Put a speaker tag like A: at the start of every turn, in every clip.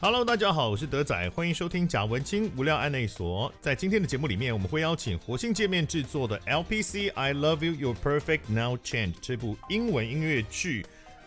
A: Hello，大家好，我是德仔，欢迎收听贾文清无料案内所。在今天的节目里面，我们会邀请活性界面制作的 LPC《I Love You You're Perfect Now Change》这部英文音乐剧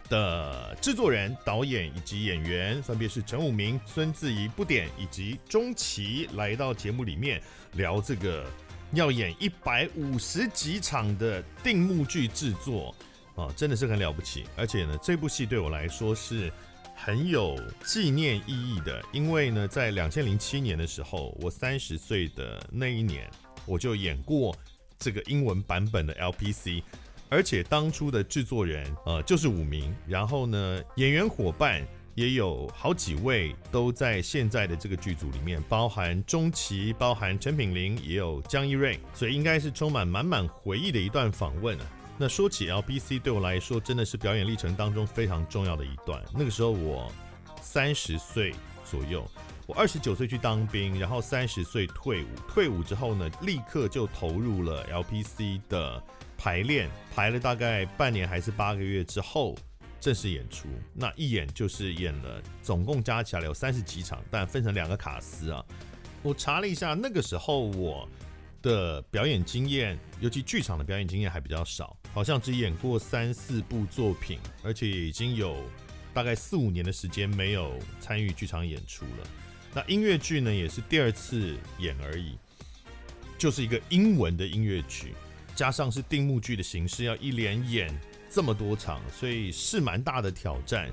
A: 的制作人、导演以及演员，分别是陈武明、孙自怡、不点以及钟琪，来到节目里面聊这个要演一百五十几场的定幕剧制作啊，真的是很了不起。而且呢，这部戏对我来说是很有纪念意义的，因为呢，在两千零七年的时候，我三十岁的那一年，我就演过这个英文版本的 LPC。而且当初的制作人，呃，就是五名，然后呢，演员伙伴也有好几位都在现在的这个剧组里面，包含钟琪，包含陈品玲，也有江一瑞，所以应该是充满满满回忆的一段访问啊。那说起 LBC，对我来说真的是表演历程当中非常重要的一段。那个时候我三十岁左右，我二十九岁去当兵，然后三十岁退伍。退伍之后呢，立刻就投入了 LPC 的排练，排了大概半年还是八个月之后正式演出。那一演就是演了，总共加起来有三十几场，但分成两个卡司啊。我查了一下，那个时候我的表演经验，尤其剧场的表演经验还比较少，好像只演过三四部作品，而且已经有大概四五年的时间没有参与剧场演出了。那音乐剧呢，也是第二次演而已，就是一个英文的音乐剧，加上是定目剧的形式，要一连演这么多场，所以是蛮大的挑战。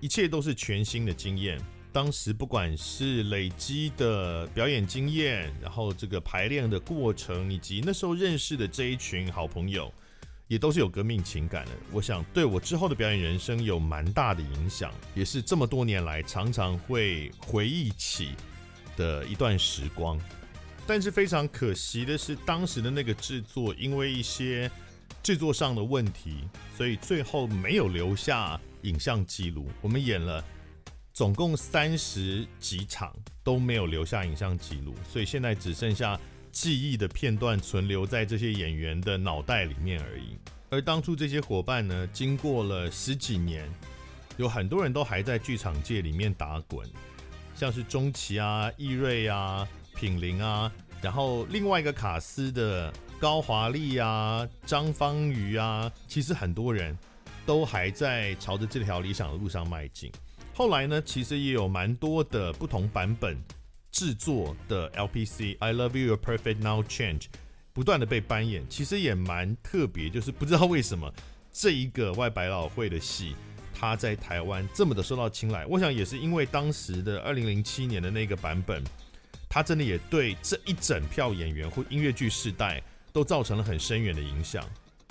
A: 一切都是全新的经验。当时不管是累积的表演经验，然后这个排练的过程，以及那时候认识的这一群好朋友，也都是有革命情感的。我想对我之后的表演人生有蛮大的影响，也是这么多年来常常会回忆起的一段时光。但是非常可惜的是，当时的那个制作因为一些制作上的问题，所以最后没有留下影像记录。我们演了总共三十几场都没有留下影像记录，所以现在只剩下记忆的片段存留在这些演员的脑袋里面而已。而当初这些伙伴呢，经过了十几年，有很多人都还在剧场界里面打滚，像是钟琪啊、易瑞啊、品玲啊，然后另外一个卡司的高华丽啊、张方瑜啊，其实很多人都还在朝着这条理想的路上迈进。后来呢，其实也有蛮多的不同版本制作的 LPC《I Love You You're Perfect Now Change》不断的被扮演，其实也蛮特别，就是不知道为什么这一个外百老汇的戏。它在台湾这么的受到青睐，我想也是因为当时的二零零七年的那个版本，它真的也对这一整票演员或音乐剧世代都造成了很深远的影响。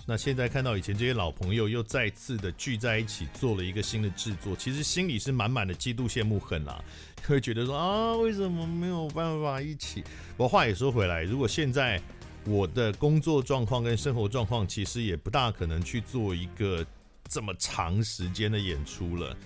A: 那现在看到以前这些老朋友又再次的聚在一起，做了一个新的制作，其实心里是满满的嫉妒、羡慕、恨啦、 会觉得说啊，为什么没有办法一起？我话也说回来，如果现在我的工作状况跟生活状况，其实也不大可能去做一个这么长时间的演出了，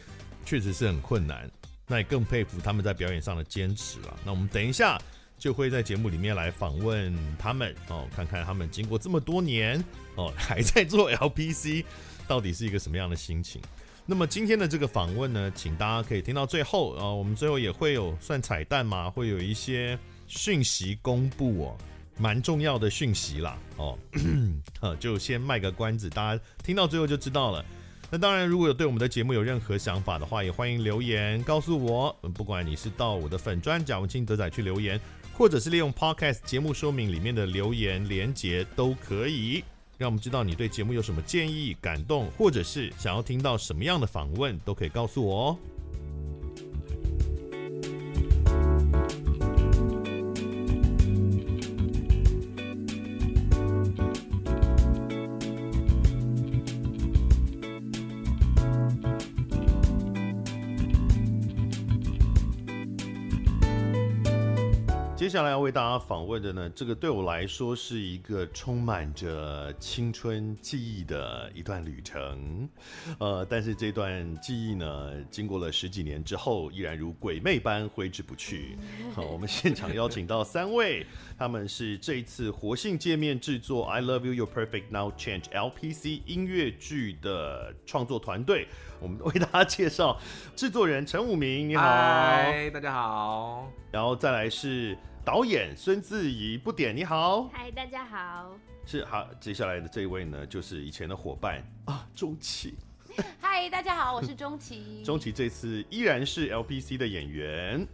A: 确实是很困难。那也更佩服他们在表演上的坚持了。那我们等一下就会在节目里面来访问他们哦，看看他们经过这么多年哦 还在做 LPC，到底是一个什么样的心情。那么今天的这个访问呢，请大家可以听到最后啊、呃我们最后也会有算彩蛋嘛，会有一些讯息公布哦，蛮重要的讯息啦哦， 呃，就先卖个关子，大家听到最后就知道了。那当然，如果有对我们的节目有任何想法的话，也欢迎留言告诉我。嗯不管你是到我的粉专贾文清德仔去留言，或者是利用 Podcast 节目说明里面的留言连结都可以，让我们知道你对节目有什么建议、感动，或者是想要听到什么样的访问，都可以告诉我哦。接下来要为大家访问的呢，这个对我来说是一个充满着青春记忆的一段旅程，呃，但是这段记忆呢，经过了十几年之后，依然如鬼魅般挥之不去。好、我们现场邀请到三位，他们是这一次活性界面制作《I Love You You're Perfect Now Change》LPC 音乐剧的创作团队。我们为大家介绍制作人陈武明，你好。
B: 嗨，大家好。
A: 然后再来是导演孙自怡，不点你好，
C: 嗨，大家好。
A: 是好，接下来的这一位呢，就是以前的伙伴啊，钟琦。
C: 嗨，大家好，我是 钟琪。
A: 钟琦这次依然是 LPC 的演员。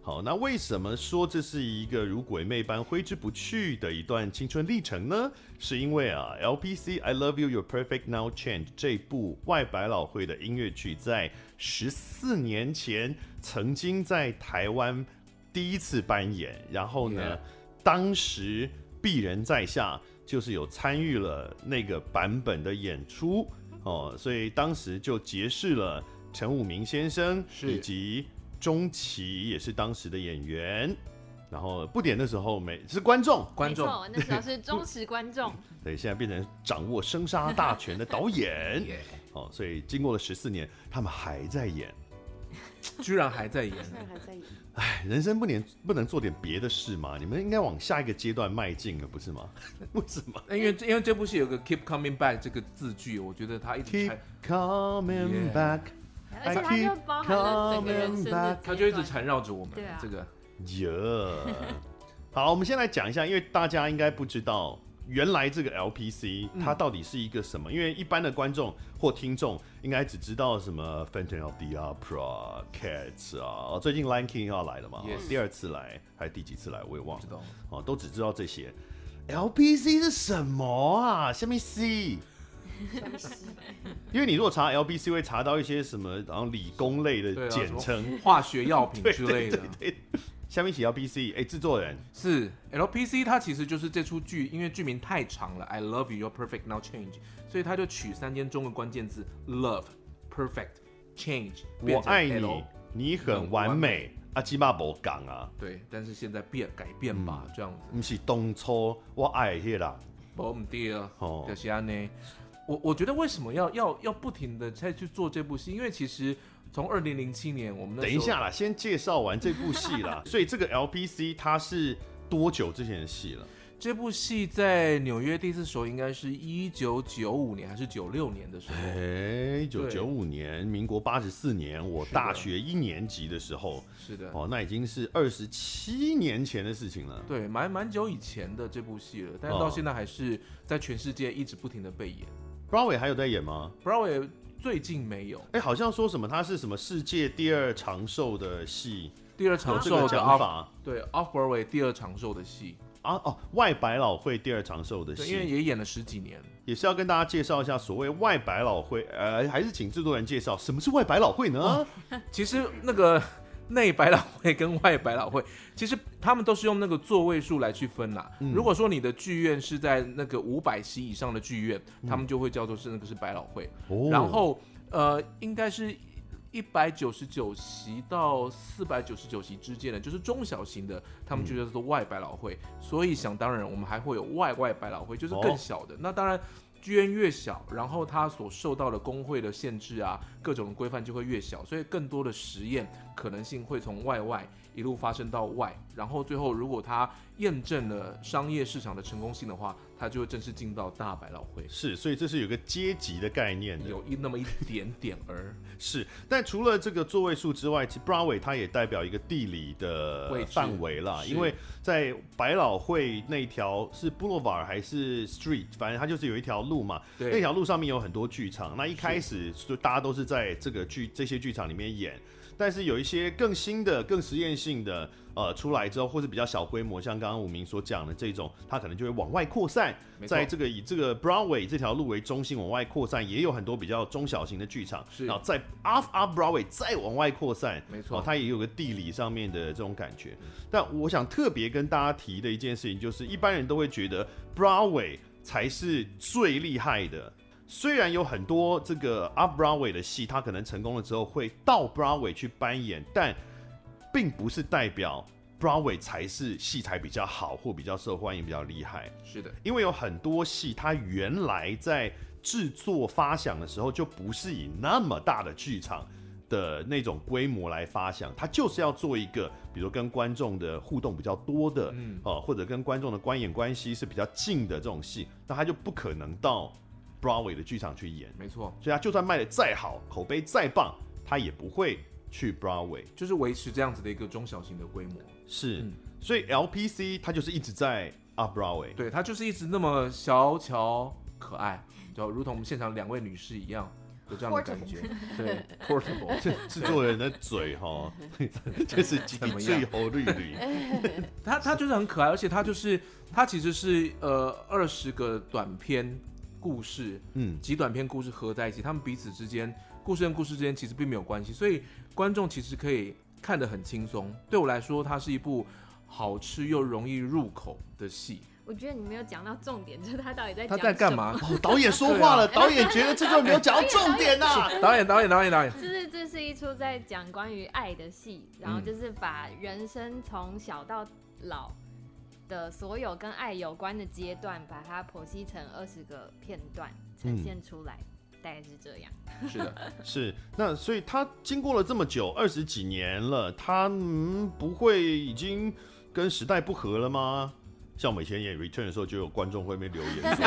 A: 好，那为什么说这是一个如鬼魅般挥之不去的一段青春历程呢？是因为啊，LPC I Love You You're Perfect Now Change 这部外百老汇的音乐剧，在十四年前曾经在台湾第一次扮演，然后呢
B: Yeah
A: 当时鄙人在下就是有参与了那个版本的演出哦，所以当时就结识了陈武明先生
B: 是
A: 以及钟琦，也是当时的演员。然后不点的时候没是观众，
B: 观众
C: 没错，我那时候是忠实观众。
A: 对，现在变成掌握生杀大权的导 演
B: 耶
A: 哦，所以经过了十四年，他们还在演。
B: 居然还 在演，
C: 还在演。
A: 哎，人生不能不能做点别的事吗？你们应该往下一个阶段迈进了，不是吗？ 为什么
B: 因为因为这部戏有个 keep coming back 这个字句，我觉得他一直
A: ？Keep
B: 缠，
A: coming
B: Yeah
A: back，
C: 而且它就包含了整个人
A: Coming
C: 生
A: back
C: 的，
B: 他就一直。缠绕着我们
C: 对啊。
B: 这个
A: 耶、 好，我们先来讲一下，因为大家应该不知道原来这个 LPC
B: 嗯
A: 它到底是一个什么，因为一般的观众或听众应该只知道什么 Phantom of the Opera、Cats 啊，哦最近 Lion King 又要来了嘛
B: Yes
A: 第二次来还是第几次来我也忘了
B: 不知，道。
A: 哦，都只知道这些。LPC 是什么啊？下面 C。因为你如果查 LPC 会查到一些什么，然后理工类
B: 对
A: 的
B: 啊，
A: 简
B: 什
A: 称，
B: 么化学药品之 类的。
A: 下面写 LPC，哎、制作人
B: 是 LPC，它其实就是这出剧，因为剧名太长了，I love you, you're perfect now change，所以它就取三间中文关键字 love, perfect, change，
A: 我
B: 变成
A: 爱
B: L
A: 你，你很完美。阿基巴博港啊，
B: 对，但是现在变改变吧，
A: 嗯
B: 这样子，
A: 不是当初我爱迄啦，
B: 我唔对啊，
A: 哦
B: 就是安呢。我我觉得为什么要要要不停的再去做这部戏？因为其实从二零零七年我们那
A: 等
B: 时候
A: 一下啦，先介绍完这部戏 啦。所以这个 LPC 它是多久之前的戏了？
B: 这部戏在纽约第一次首映应该是一九九五年还是九六年的时候，
A: 哎，一九
B: 对
A: 九五年，民国八十四年，我
B: 是的
A: 大学一年级的时候，
B: 是的，
A: 哦，那已经是二十七年前的事情了。
B: 对，蛮蛮久以前的这部戏了，但是
A: 哦
B: 到现在还是在全世界一直不停的被演。
A: Broadway 还有在演吗？
B: Broadway 最近没有
A: 哎，好像说什么它是什么世界第二长寿的戏，
B: 第二
A: 有
B: 长
A: 哦这
B: 寿
A: 个
B: 的
A: 讲
B: Off
A: 法
B: 对 Off Broadway 第二长寿的戏，
A: 啊？哦，外百老汇第二长寿的
B: 对，
A: 戏，
B: 因为也演了十几年。
A: 也是要跟大家介绍一下所谓外百老汇，呃，还是请制作人介绍什么是外百老汇呢？
B: 啊其实那个 内百老汇跟外百老汇，其实他们都是用那个座位数来去分啦。如果说你的剧院是在那个五百席以上的剧院，他们就会叫做是那个是百老汇。
A: 哦
B: 然后呃，应该是一百九十九席到四百九十九席之间的，就是中小型的，他们就叫做外百老汇。所以想当然，我们还会有外外百老汇，就是
A: 哦
B: 更小的。那当然。剧院越小，然后它所受到的工会的限制啊，各种规范就会越小，所以更多的实验可能性会从外外一路发生到外，然后最后如果它验证了商业市场的成功性的话，它就会正式进到大百老汇。
A: 是，所以这是有个阶级的概念的，
B: 有一那么一点点儿
A: 是。但除了这个座位数之外，其实 Broadway 它也代表一个地理
B: 位
A: 的
B: 置
A: 范围啦，
B: 是
A: 因为在百老汇那条是 Boulevard 还是 Street，反正它就是有一条路嘛，
B: 对
A: 那条路上面有很多剧场。那一开始就大家都是在这个剧这些剧场里面演，但是有一些更新的、更实验性的，呃，出来之后或是比较小规模，像刚刚武明所讲的这种，它可能就会往外扩散。
B: 没错
A: 在这个以这个 Broadway 这条路为中心往外扩散，也有很多比较中小型的剧场，
B: 是
A: 然后在 Off Off Broadway 再往外扩散，
B: 没错
A: 哦它也有个地理上面的这种感觉。但我想特别跟大家提的一件事情，就是一般人都会觉得 Broadway 才是最厉害的。虽然有很多这个 Up Broadway 的戏，它可能成功了之后会到 Broadway 去扮演，但并不是代表 Broadway 才是戏才比较好或比较受欢迎、比较厉害。
B: 是的，
A: 因为有很多戏，它原来在制作发想的时候就不是以那么大的剧场的那种规模来发想，它就是要做一个，比如跟观众的互动比较多的，
B: 嗯，
A: 哦，或者跟观众的观演关系是比较近的这种戏，那它就不可能到 Broadway 的剧场去演，
B: 没错，
A: 所以它就算卖的再好，口碑再棒，它也不会去 Broadway。
B: 就是维持这样子的一个中小型的规模。
A: 是
B: 嗯，
A: 所以 LPC 它就是一直在 Up Broadway。
B: 对，它就是一直那么小巧可爱，就如同我们现场两位女士一样。有这样的感觉，对，portable，
A: 这制作人的嘴哈，就是几滴最后绿 绿，
B: 它它就是很可爱，而且它就是它其实是呃二十个短篇故事，
A: 嗯，
B: 几短篇故事合在一起，他们彼此之间故事跟故事之间其实并没有关系，所以观众其实可以看得很轻松。对我来说，它是一部好吃又容易入口的戏。
C: 我觉得你没有讲到重点，就是他到底在
B: 他
C: 讲
B: 在干
C: 什么？
B: 嘛？
A: 哦，导演说话了，导演觉得这就没有讲到重点啊呐、
B: 导演，导演，导演，导演，
C: 就是这是一出在讲关于爱的戏，然
B: 嗯
C: 后就是把人生从小到老的所有跟爱有关的阶段，把它剖析成二十个片段呈
B: 嗯
C: 现出来，大概是这样。
B: 是的，
A: 是，那所以他经过了这么久，二十几年了，他嗯不会已经跟时代不合了吗？像我们以前演 Return 的时候，就有观众会面留言 说，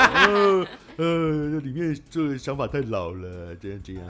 A: 呃呃，里面这个想法太老了，这样这样，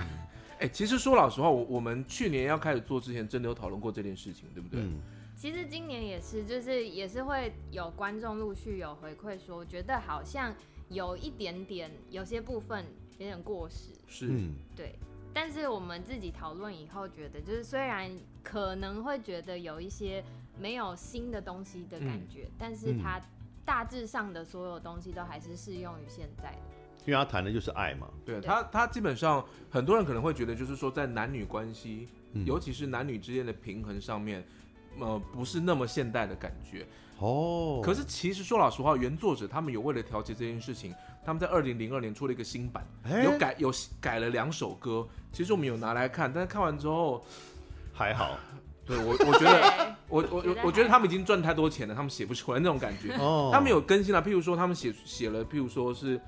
B: 哎，其实说老实话，我我们去年要开始做之前，真的有讨论过这件事情，对不对？
A: 嗯，
C: 其实今年也是，就是也是会有观众陆续有回馈说，觉得好像有一点点，有些部分有点过时，
B: 是，
A: 嗯
C: 对。但是我们自己讨论以后，觉得就是虽然可能会觉得有一些没有新的东西的感觉，但是它大致上的所有东西都还是适用于现在的。
A: 因为他谈的就是爱嘛，
B: 对
C: 对
B: 他，他基本上很多人可能会觉得，就是说在男女关系，
A: 嗯
B: 尤其是男女之间的平衡上面，呃，不是那么现代的感觉。
A: 哦，
B: 可是其实说老实话，原作者他们有为了调节这件事情，他们在二零零二年出了一个新版，
A: 哎
B: 有改有改了两首歌。其实我们有拿来看，但是看完之后，
A: 还 好，
B: 对啊我我觉得我我
C: 觉得
B: 我我觉得他们已经赚太多钱了，他们写不出来那种感觉。
A: 哦，
B: 他们有更新了，譬如说他们写写了，譬如说是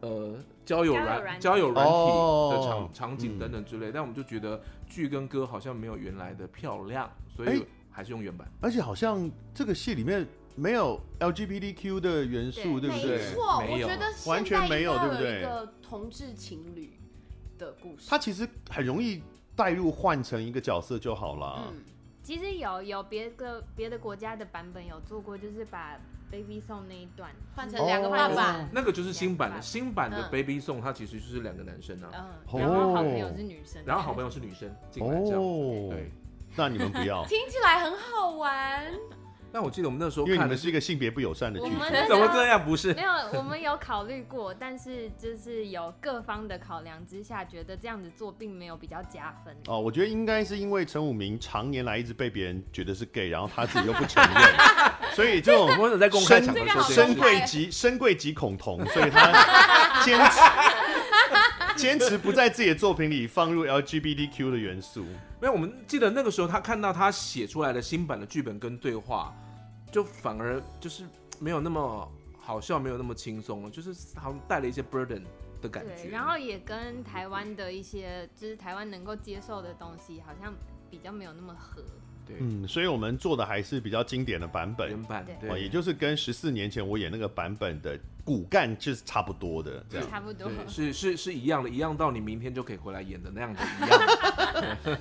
B: 呃交友软
C: 交
B: 交
C: 友
B: 友
A: 软
B: 软
A: 体
B: 体的场、
A: 哦
B: 场景等等之类，但我们就觉得剧跟歌好像没有原来的漂亮，所
A: 哎
B: 以还是用原版。
A: 而且好像这个戏里面没有 LGBTQ 的元素，对
C: 对
A: 不
D: 没
A: 对？
D: 错，
B: 没
D: 我
B: 有
D: 觉得现在
A: 完全没有
D: 应该
A: 对不对
D: 一个同志情侣的故事，
A: 他其实很容易带入换成一个角色就好了。
D: 嗯，
C: 其实有有别的别的国家的版本有做过，就是把 Baby Song 那一段
D: 换
A: 哦
D: 成两个爸爸，
B: 那个就是新版的，
C: 两版
B: 新版的
D: 嗯，
B: Baby Song 它其实就是两个男生啊，
C: 嗯，
A: 哦
C: 然后好朋友是女生，
B: 然后好朋友是女生进来这样子。对，，
A: 那你们不 要
D: 听起来很好玩，
B: 但我记得我们那时候
A: 因为你
B: 看
A: 们
B: 的
A: 是一个性别不友善的
C: 我
A: 剧。
C: 们那时
B: 怎
C: 候
B: 么这样不 是？
C: 没有，我们有考虑过，但是就是有各方的考量之下，觉得这样子做并没有比较加分。
A: 哦，我觉得应该是因为陈武明常年来一直被别人觉得是 gay，然后他自己又不承认，所以这种
B: 我们有在公开场合说这件
A: 深
B: 事
A: 贵级深贵级恐同，所以他坚持坚持不在自己的作品里放入 LGBTQ 的元素。
B: 没有，我们记得那个时候，他看到他写出来的新版的剧本跟对话，就反而就是没有那么好笑，没有那么轻松了，就是好像带了一些 burden 的感觉。
C: 对，然后也跟台湾的一些，就是台湾能够接受的东西，好像比较没有那么合。
B: 对、
A: 嗯，所以我们做的还是比较经典的版本，
B: 原版
C: 对
A: 哦，
B: 对
A: 也就是跟十四年前我演那个版本的骨干就是差不多的这样。
C: 差不多。
B: 对是是是一样的，一样到你明天就可以回来演的那样的一样。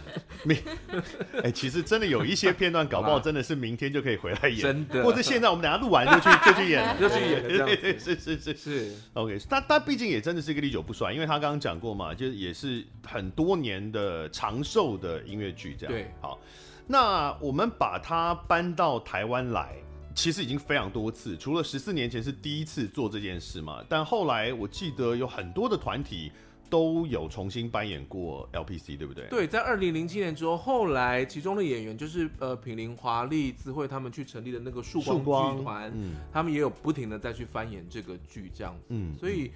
A: 哎、其实真的有一些片段，搞不好
B: 好吧
A: 真的是明天就可以回来演，
B: 真的
A: 或者现在我们等下录完就去就去演了，
B: 就去演了这样 子
A: 对是是是。
B: 是
A: OK，他他毕竟也真的是一个历久不衰，因为他刚刚讲过嘛，就是也是很多年的长寿的音乐剧这样。
B: 对，
A: 好，那我们把它搬到台湾来，其实已经非常多次，除了十四年前是第一次做这件事嘛，但后来我记得有很多的团体都有重新扮演过 LPC，对不对？，
B: 对，在二零零七年之后，后来其中的演员就是呃品林、华丽、智慧他们去成立的那个曙
A: 曙
B: 剧团，
A: 嗯
B: 他们也有不停的再去翻演这个剧这样子。
A: 嗯，
B: 所以，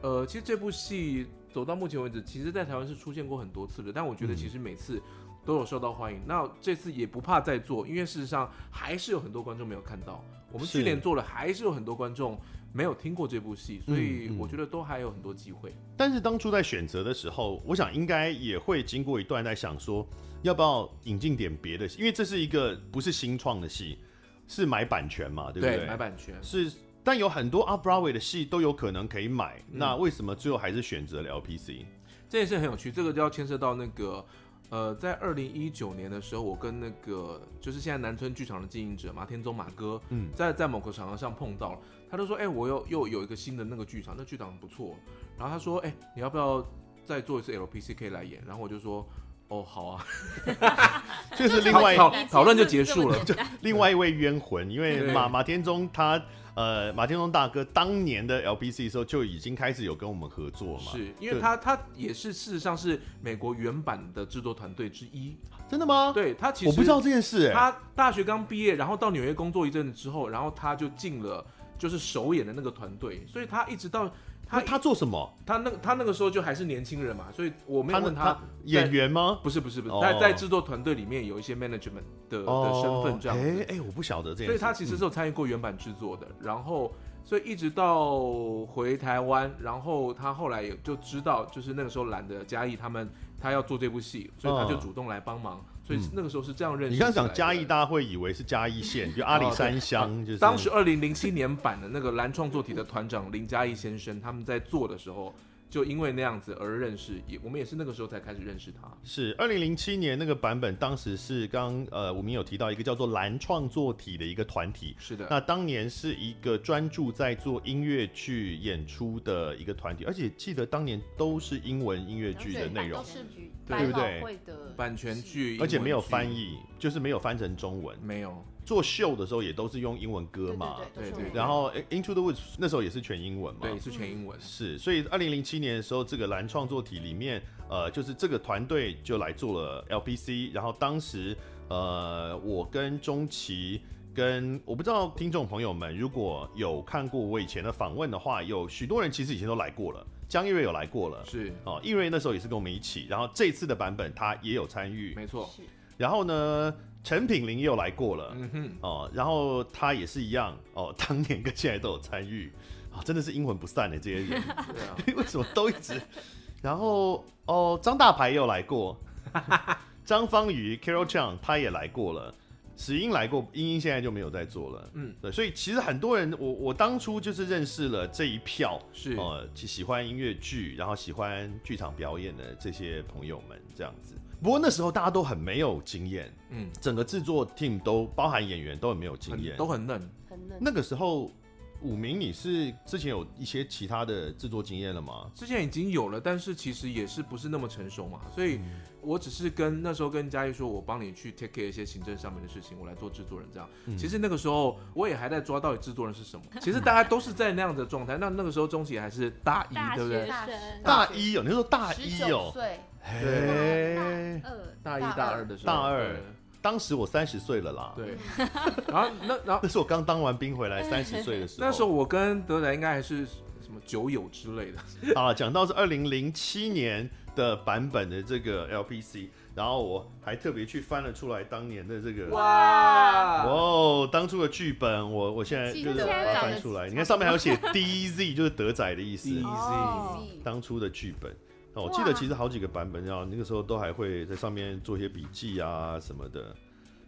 B: 呃，
A: 嗯
B: 其实这部戏走到目前为止，其实在台湾是出现过很多次的，但我觉得其实每次都有受到欢迎。那这次也不怕再做，因为事实上还是有很多观众没有看到。我们
A: 是
B: 去年做了，还是有很多观众没有听过这部戏，所以
A: 嗯嗯
B: 我觉得都还有很多机会。
A: 但是当初在选择的时候，我想应该也会经过一段在想说，要不要引进点别的戏，因为这是一个不是新创的戏，是买版权嘛，对不对？
B: 买版权。
A: 是，但有很多 Up Broadway 的戏都有可能可以买，
B: 嗯
A: 那为什么最后还是选择了 LPC？
B: 这件事很有趣，这个就要牵涉到那个，呃，在二零一九年的时候，我跟那个就是现在南村剧场的经营者马天宗马哥，
A: 嗯
B: 在在某个场合上碰到了，他就说，哎、我又又有一个新的那个剧场，那剧场很不错，然后他说，哎、你要不要再做一次 LPC 可以来演？然后我就说，哦，好啊，
A: 这 是另外
B: 好
C: 一次
B: 讨论就
C: 这
B: 结束
C: 么
B: 了
C: 简单
A: 另外一位冤魂，因为
B: 对
A: 马马天宗他呃马天宗大哥当年的 LPC 的时候就已经开始有跟我们合作嘛，
B: 是因为
A: 对
B: 他他也是事实上是美国原版的制作团队之一，
A: 真的吗？
B: 对他其实
A: 啊我不知道这件事、哎，
B: 他大学刚毕业，然后到纽约工作一阵子之后，然后他就进了就是首演的那个团队，所以他一直到
A: 他
B: 他
A: 他做什么？
B: 他那他那个时候就还是年轻人嘛，所以我没有问他
A: 他演员吗？
B: 不是不是不是，
A: 哦
B: 他在制作团队里面有一些 management 的的身份这样
A: 哎
B: 子
A: 哎、，我不晓得这件事，嗯
B: 所以他其实是有参与过原版制作的，然后所以一直到回台湾，然后他后来也就知道，就是那个时候懒得嘉义他们他要做这部戏，所以他就主动来帮忙，所以那个时候是这样认
A: 嗯
B: 识
A: 你
B: 起来
A: 刚
B: 的。哦啊
A: 刚讲嘉义，大家会以为是嘉义县，就阿里山乡，就是
B: 当时二零零七年版的那个蓝创作体的团长林嘉义先生，他们在做的时候，就因为那样子而认识，也我们也是那个时候才开始认识他。
A: 是二零零七年那个版本，当时是刚呃，我们有提到一个叫做蓝创作体的一个团体。
B: 是的，
A: 那当年是一个专注在做音乐剧演出的一个团体，而且记得当年都是英文音乐剧的内容
D: 都，是
C: 对
D: 百
A: 对不
D: 老
A: 对
D: 汇的
B: 版权剧，
A: 而且没有
B: 英文剧
A: 翻，译，就是没有翻成中文。
B: 没有，
A: 做秀的时候也都是用英文歌
D: 对对
A: 嘛，
D: 对，都
B: 对
D: 是
B: 对
D: 我
A: 然后呃 Into the Woods 那时候也是全英文嘛，
B: 对，是全英文。
A: 是，所以二零零七年的时候，这个蓝创作体里面，呃，就是这个团队就来做了 LPC，然后当时呃，我跟钟琪。跟我不知道听众朋友们如果有看过我以前的访问的话，有许多人其实以前都来过了，江一瑞有来过了，
B: 是
A: 哦，一瑞那时候也是跟我们一起，然后这次的版本他也有参与，
B: 没错，
D: 是
A: 然后呢，陈品玲也有来过了，
B: 嗯哼，
A: 哦，然后他也是一样哦，当年跟现在都有参与，啊、真的是阴魂不散的这些人，
B: 对啊，
A: 为什么都一直？然后哦，张大牌也有来 过，张方宇、Carol Chang 他也来过了，史英来过，英英现在就没有在做了。
B: 嗯，
A: 对，所以其实很多人，我我当初就是认识了这一票，
B: 是
A: 呃，喜喜欢音乐剧，然后喜欢剧场表演的这些朋友们这样子。不过那时候大家都很没有经验，
B: 嗯，
A: 整个制作 team 都包含演员都很没有经验
B: 很。都很嫩。
D: 很冷。
A: 那个时候，武明你是之前有一些其他的制作经验了吗？
B: 之前已经有了，但是其实也是不是那么成熟嘛，所以
A: 嗯
B: 我只是跟那时候跟嘉义说，我帮你去 take care 一些行政上面的事情，我来做制作人这样。其
A: 嗯
B: 实那个时候我也还在抓到底制作人是什么，其实大家都是在那样的状态。那那个时候钟姐还是大一，
C: 大
B: 对不
C: 学
B: 对？
D: 对
C: 生
A: 大一哦，你是说大一
D: 19
A: 哦？
D: 岁，
A: 嘿，
C: 二
B: 大一
D: 大
B: 大
D: 二
B: 二的时候，
A: 大二当时我三十岁了啦，
B: 对，对
C: 嗯
B: 然后那然后
A: 那是我刚当完兵回来三十岁的时候。
B: 那时候我跟德仔应该还是什么酒友之类的，
A: 好了，讲到是二零零七年的版本的这个 LPC，然后我还特别去翻了出来当年的这个。哇
B: 哇，
A: 哦，当初的剧本，我我现在
D: 记
A: 就
D: 得
A: 是把
C: 现
A: 它
C: 在长
A: 翻
C: 得
A: 出来，
C: 差
A: 你看上面还有写 DZ，就是德仔的意思。
B: DZ 啊
C: 哦
A: 当初的剧本。哦，我
C: 哇
A: 记得其实好几个版本，然后那个时候都还会在上面做一些笔记啊什么的。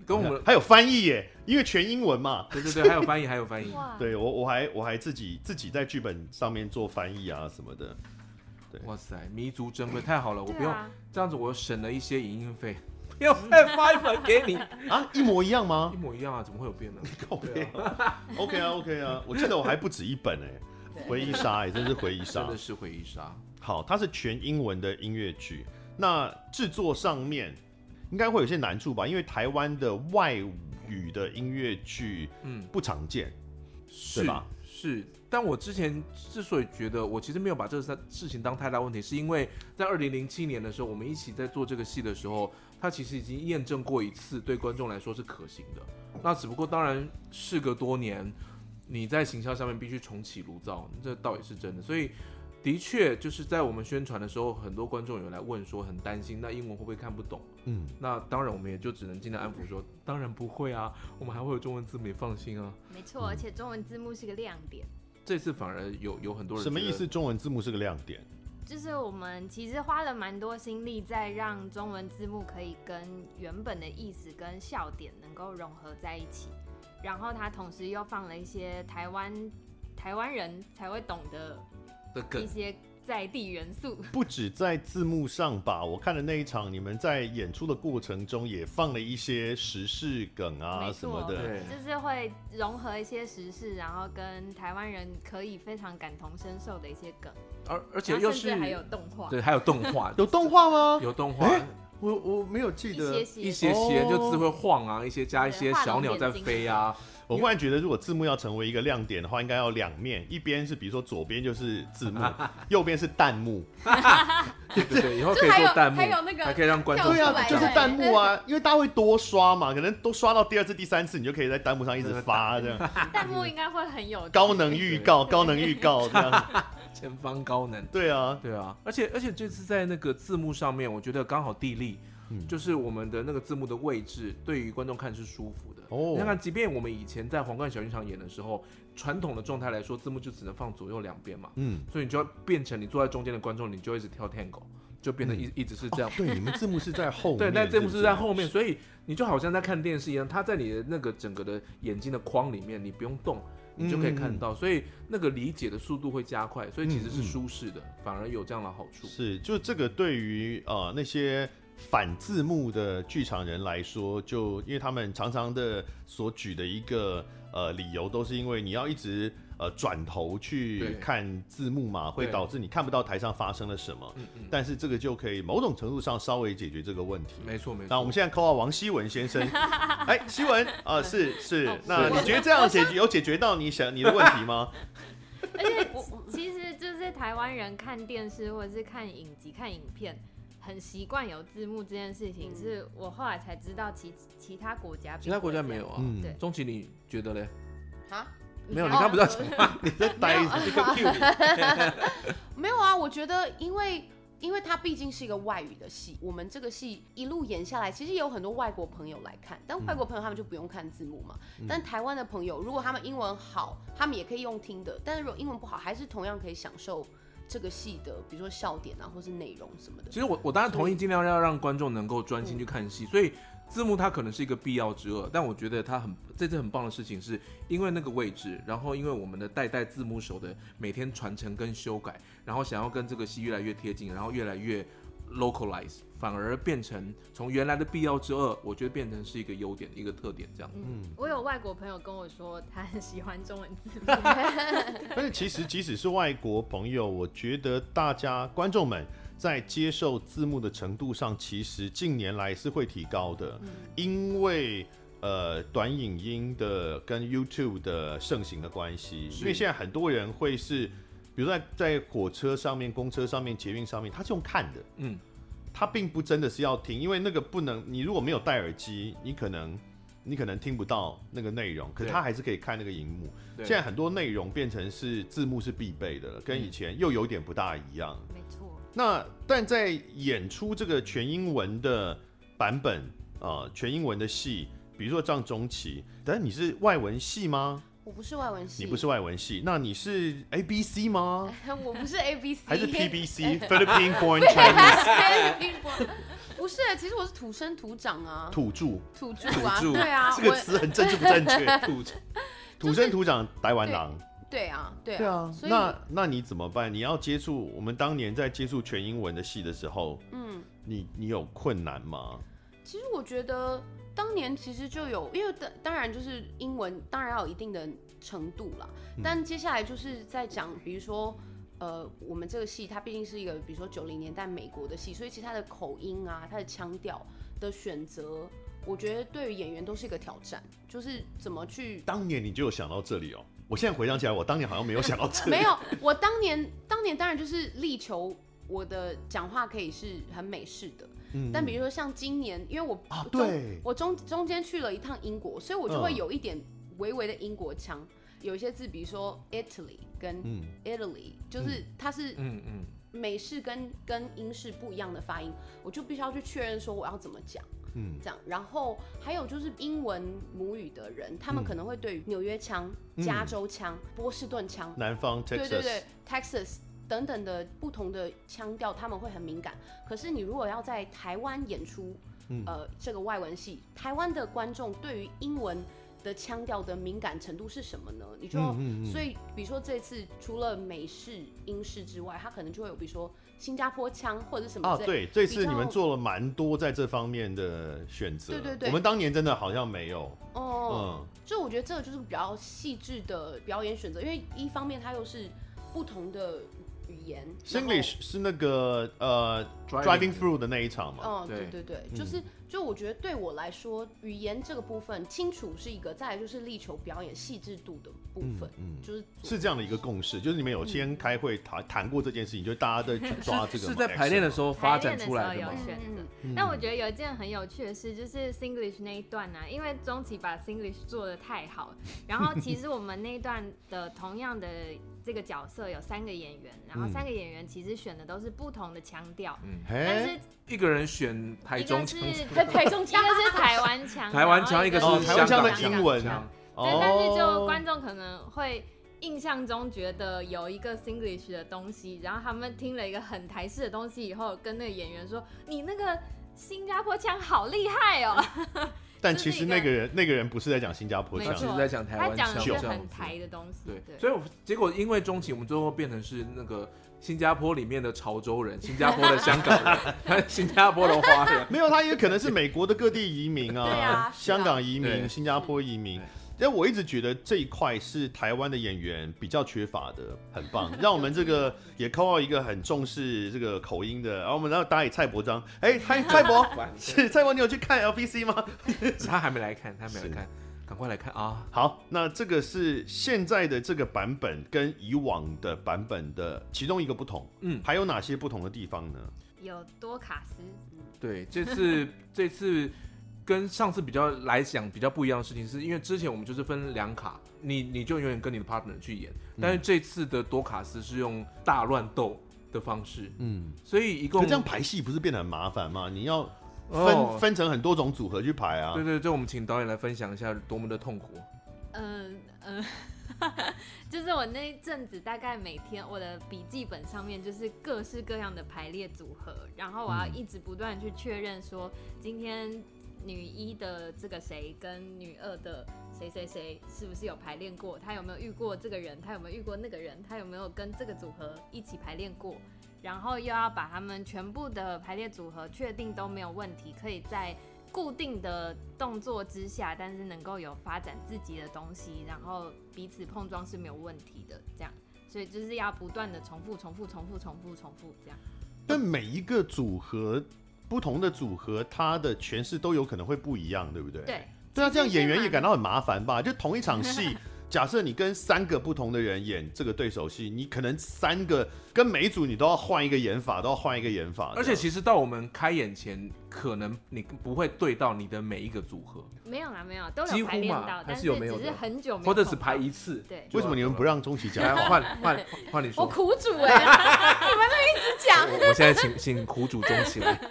B: 跟我们
A: 还有翻译耶，因为全英文嘛。
B: 对对对，还有翻译，还有翻译，
C: 哇，
A: 对我我还我还自己自己在剧本上面做翻译啊什么的。
B: 哇塞，弥足珍贵，太好了，我不
C: 对
B: 用
C: 啊，
B: 这样子我省了一些影印费，不要再发一本给你，
A: 啊，一模一样吗
B: 一模一样啊，怎么会有变呢？对啊，
A: ？OK 啊，OK 啊，我记得我还不止一本哎，回忆杀哎，真是回忆
B: 真
A: 杀
B: 的。是回忆杀，
A: 好，它是全英文的音乐剧，那制作上面应该会有些难处吧，因为台湾的外语的音乐剧
B: 嗯，
A: 不常见。
B: 是
A: 对吧
B: 是，但我之前之所以觉得我其实没有把这三事情当太大问题，是因为在二零零七年的时候，我们一起在做这个戏的时候，它其实已经验证过一次，对观众来说是可行的。那只不过当然，事隔多年，你在行销上面必须重启炉灶，这倒也是真的。所以的确，就是在我们宣传的时候，很多观众有来问说，很担心那英文会不会看不懂？
A: 嗯，
B: 那当然，我们也就只能尽量安抚说，当然不会啊，我们还会有中文字幕，你放心啊。
C: 没错，而且中文字幕是个亮点。
B: 这次反而有有很多人
A: 什么
B: 觉
A: 意
B: 得
A: 思？？中文字幕是个亮点，
C: 就是我们其实花了蛮多心力在让中文字幕可以跟原本的意思跟笑点能够融合在一起，然后它同时又放了一些台湾台湾人才会懂的
B: 的
C: 一
B: 梗
C: 些在地元素。
A: 不止在字幕上吧？我看的那一场，你们在演出的过程中也放了一些时事梗啊
C: 没
A: 什么
C: 错
A: 的。，
B: 对
C: 就是会融合一些时事，然后跟台湾人可以非常感同身受的一些梗，
B: 而而且
C: 然后
B: 又
C: 甚至
B: 是
C: 还有动画，哎
B: 对，还有动画
A: 有动画吗？
B: 有动画，
A: 诶我我没有
C: 一
A: 记
C: 些
A: 得。
C: 些
B: 一些些就字会晃啊，一些加一些
C: 哦对画龙
B: 小鸟在
C: 点睛
B: 飞啊，
A: 我忽然觉得，如果字幕要成为一个亮点的话，应该要两面，一边是比如说左边就是字 幕，右边是弹幕。
B: 对对 对，以后
D: 就
B: 可以
D: 还
B: 做
D: 有
B: 弹幕，
D: 还有那个
B: 还可以让观
C: 哦
B: 众
A: 对
D: 跳出
A: 啊，
D: 来
A: 就是
D: 对
A: 弹幕啊，因为大家会多刷嘛，可能多刷到第二次、第三次，你就可以在弹幕上一直发这样，
C: 弹幕应该会很有趣
A: 高能预告、高能预告这样。
B: 前方高能。
A: 对 啊，
B: 对啊，而且而且这次在那个字幕上面，我觉得刚好地利，
A: 嗯
B: 就是我们的那个字幕的位置，对于观众看是舒服的。
A: 哦
B: 你看看，即便我们以前在皇冠小剧场演的时候，传统的状态来说，字幕就只能放左右两边嘛，
A: 嗯，
B: 所以你就要变成你坐在中间的观众，你就一直跳 tango，就变得一、一直是这样
A: 哦。对，你们字幕是在后面，
B: 对，但这幕是
A: 不啊
B: 在后面，所以你就好像在看电视一样，它在你的那个整个的眼睛的框里面，你不用动，你就可以看
A: 嗯
B: 到，所以那个理解的速度会加快，所以其实是舒适的，反而有这样的好处。
A: 是，就这个对于呃那些反字幕的剧场人来说，就因为他们常常的所举的一个呃理由，都是因为你要一直呃转头去
B: 对
A: 看字幕嘛，会
B: 对
A: 导致你看不到台上发生了什么。
B: 嗯嗯，
A: 但是这个就可以某种程度上稍微解决这个问题。
B: 没错没错。
A: 那我们现在 call 到王希文先 生，哎，希文啊、呃是是
C: 哦，
A: 那
B: 是
A: 你觉得这样解决有解决到你想你的问题 吗？
C: 而且其实就是台湾人看电视或者是看影集、看影片，很习惯有字幕这件事情，
D: 嗯
C: 是我后来才知道其其他国家并
B: 其他国家
C: 不会
B: 没
C: 这
B: 有
C: 样。
B: 啊。
A: 嗯
C: 对
B: 钟琦，你觉得嘞？
D: 啊，哦
B: 没有，你
D: 想
C: 哦
B: 刚不知道
D: 说
B: 讲话，你在呆
D: 没有
B: 一个 Q 你。
D: 没有啊，我觉得因为。因为它毕竟是一个外语的戏，我们这个戏一路演下来，其实也有很多外国朋友来看，但外国朋友他们就不用看字幕嘛。
A: 嗯
D: 但台湾的朋友，如果他们英文好，他们也可以用听的；但是如果英文不好，还是同样可以享受这个戏的，比如说笑点啊，或是内容什么的
B: 其。实我我当然同意，尽量要让观众能够专心去看戏，所以字幕它可能是一个必要之二，但我觉得它很这次很棒的事情是，因为那个位置，然后因为我们的代代字幕手的每天传承跟修改，然后想要跟这个戏越来越贴近，然后越来越 localize，反而变成从原来的必要之二，我觉得变成是一个优点一个特点这样。
C: 嗯，我有外国朋友跟我说，他很喜欢中文字幕，
A: 但是其实即使是外国朋友，我觉得大家观众们在接受字幕的程度上，其实近年来是会提高的，
B: 嗯
A: 因为。呃，短影音的跟 YouTube 的盛行的关系，
B: 是
A: 因为现在很多人会是，比如在在火车上面、公车上面、捷运上面，他是用看的，
B: 嗯，
A: 他并不真的是要听，因为那个不能，你如果没有戴耳机，你可能你可能听不到那个内容，可是
B: 对
A: 他还是可以看那个荧幕。
B: 对
A: 现在很多内容变成是字幕是必备的了，跟以前又有点不大一样。
C: 没错，
A: 那但在演出这个全英文的版本啊、呃全英文的戏，比如说像中期，但你是外文系吗？
D: 我不是外文系，
A: 你不是外文系，那你是 A B C 吗？
D: 我不是 A B C，
A: 还 是 P B C Philippine Born Chinese
D: 不是，其实我是土生土长啊，
A: 土著？
D: 土著啊，
B: 土著
D: 对啊，
A: 这个
D: 我
A: 词很正确不正确？
B: 吐
A: 土生土长台湾狼。
D: 对啊，对
A: 对
D: 啊
A: 啊，，
D: 所以
A: 那那你怎么办？你要接触我们当年在接触全英文的戏的时候，
D: 嗯，
A: 你你有困难吗？
D: 其实我觉得当年其实就有，因为当当然就是英文，当然要有一定的程度啦。但接下来就是在讲，比如说。呃，我们这个戏它毕竟是一个，比如说九零年代美国的戏，所以其实它的口音啊、它的腔调的选择，我觉得对于演员都是一个挑战，就是怎么去
A: 当年你就有想到这里哦。我现在回想起来，我当年好像没有想到这里。
D: 没有，我当年当年当然就是力求我的讲话可以是很美式的，
A: 嗯
D: 但比如说像今年，因为我
A: 啊
D: 中
A: 对
D: 我中中间去了一趟英国，所以我就会
A: 嗯
D: 有一点微微的英国腔。有一些字，比如说 Italy 跟
A: 嗯
D: Italy，就是它是
B: 嗯嗯，
D: 美式跟跟英式不一样的发音，我就必须要去确认说我要怎么讲。
A: 嗯
D: 这样，然后还有就是英文母语的人，他
A: 嗯
D: 们可能会对于纽约腔、加州腔、波士顿腔，
A: 南方 Texas，
D: 对对对，Texas 等等的不同的腔调，他们会很敏感。可是你如果要在台湾演出，
A: 嗯
D: 呃，这个外文戏，台湾的观众对于英文的腔调的敏感程度是什么呢？你
A: 嗯
D: 就要、所以，比如说这次除了美式、英式之外，它可能就会有比如说新加坡腔或者是什么
A: 啊，
D: 之
A: 对，
D: 类
A: 这次
D: 比较
A: 你们做了蛮多在这方面的选择。
D: 对对对
A: 我们当年真的好像没有。
D: 哦，
A: 嗯，
D: 所以我觉得这个就是比较细致的表演选择，因为一方面它又是不同的语言然后
A: Singlish 是那个呃 driving through 的那一场嘛？嗯
D: 哦，对
B: 对
D: 对对，就是就我觉得对我来说，语言这个部分清楚是一个，再来就是力求表演细致度的部分，就是
A: 嗯是这样的一个共识，就是你们有先开会谈谈过这件事情，就是大家在抓这
B: 是
A: 个啊
B: 是在排练的
A: 候，
B: 时候发展出来的吗
C: 排练的时候有？选
D: 嗯
C: 择
B: 嗯
C: 但嗯我觉得有一件很有趣的事，就是 Singlish 那一段呢、啊，因为钟琪把 Singlish 做的太好，然后其实我们那一段的同样的这个角色有三个演员，然
B: 嗯
C: 后三个演员其实选的都是不同的腔调，但是
A: 哎，
B: 一个人选台
C: 一
B: 中
C: 个
B: 腔
C: 是，
D: 在台中
C: 一个是台湾腔，
B: 台湾
C: 然
B: 腔，
C: 后
B: 一个
A: 哦
B: 是
A: 台湾腔
B: 香
A: 的
B: 港腔
A: 英文
C: 香对，
A: 哦，
C: 但是就观众可能会印象中觉得有一个 Singlish 的东西，然后他们听了一个很台式的东西以后，跟那个演员说：“你那个新加坡腔好厉害哦
A: 但其实
C: 就是
A: 那
C: 一个
A: 个人那个人不是在讲新加坡
C: 没
A: 腔
B: 他
C: 错，
B: 啊其实在讲！”台
C: 他
B: 湾
C: 讲
B: 腔
C: 的
B: 这
C: 是
B: 样子，
C: 很台的东西，
B: 对，
C: 对，
B: 所以我结果因为中期，我们最后变成是那个新加坡里面的潮州人，新加坡的香港 人，新加坡的华人，
A: 没有，他也可能是美国的各地移民
D: 对
A: 啊
D: 啊，是啊
A: 香港移民、
B: 对
A: 新加坡移民
B: 对。
A: 但我一直觉得这一块是台湾的演员比较缺乏的，很 棒，让我们这个也扣到一个很重视这个口音的。然后我们然后打给蔡伯章，哎、嗨，蔡伯， 是蔡伯，你有去看 LPC 吗？
B: 他还没来看，他还没
A: 是
B: 来看，赶快来看啊！
A: 好，那这个是现在的这个版本跟以往的版本的其中一个不同，嗯
B: 嗯，
A: 还有哪些不同的地方呢？
C: 有多卡斯，
B: 对，这次 这次跟上次比较来讲比较不一样的事情，是因为之前我们就是分两卡，你你就永远跟你的 partner 去演，
A: 嗯
B: 但是这次的多卡斯是用大乱斗的方式，
A: 嗯，
B: 所以一
A: 可
B: 共
A: 这样排戏不是变得很麻烦吗？你要分、
B: 哦
A: 分成很多种组合去排啊。
B: 对对对，我们请导演来分享一下多么的痛苦。
C: 嗯嗯。 就是我那一阵子，大概每天我的笔记本上面就是各式各样的排列组合，然后我要一直不断去确认说，今天女一的这个谁跟女二的谁谁谁是不是有排练过，他有没有遇过这个人，他有没有遇过那个人，他有没有跟这个组合一起排练过，然后又要把他们全部的排列组合确定都没有问题，可以在。固定的动作之下，但是能够有发展自己的东西，然后彼此碰撞是没有问题的，这样。所以就是要不断的重复、重复、重复、重复、重复这样。
A: 但每一个组合，不同的组合，它的诠释都有可能会不一样，对不对？。
C: 对，
A: 对啊，这样
C: 其实
A: 演员
C: 蛮
A: 也感到很麻烦吧？就同一场 戏，假设你跟三个不同的人演这个对手戏，你可能三个跟每一组你都要换一个演法，都要换一个演法。
B: 而且其实到我们开演前，可能你不会对到你的每一个组合，
C: 没有啦，没有，都
B: 几
C: 有
B: 乎
C: 排练
B: 嘛
C: 到
B: 还，
C: 但
B: 是
C: 是
B: 有没有
C: 只是
B: 的
C: 很久没有
B: 或者
C: 碰
B: 只排
C: 到
B: 一次。
C: 对，
A: 为什么你们
D: 呃
A: 不让钟琪
B: 来
A: 讲？
B: 换换换你说，
C: 我啊
B: 我
C: 苦 主哎、
D: 讲。
B: 我现在请请苦主中起来。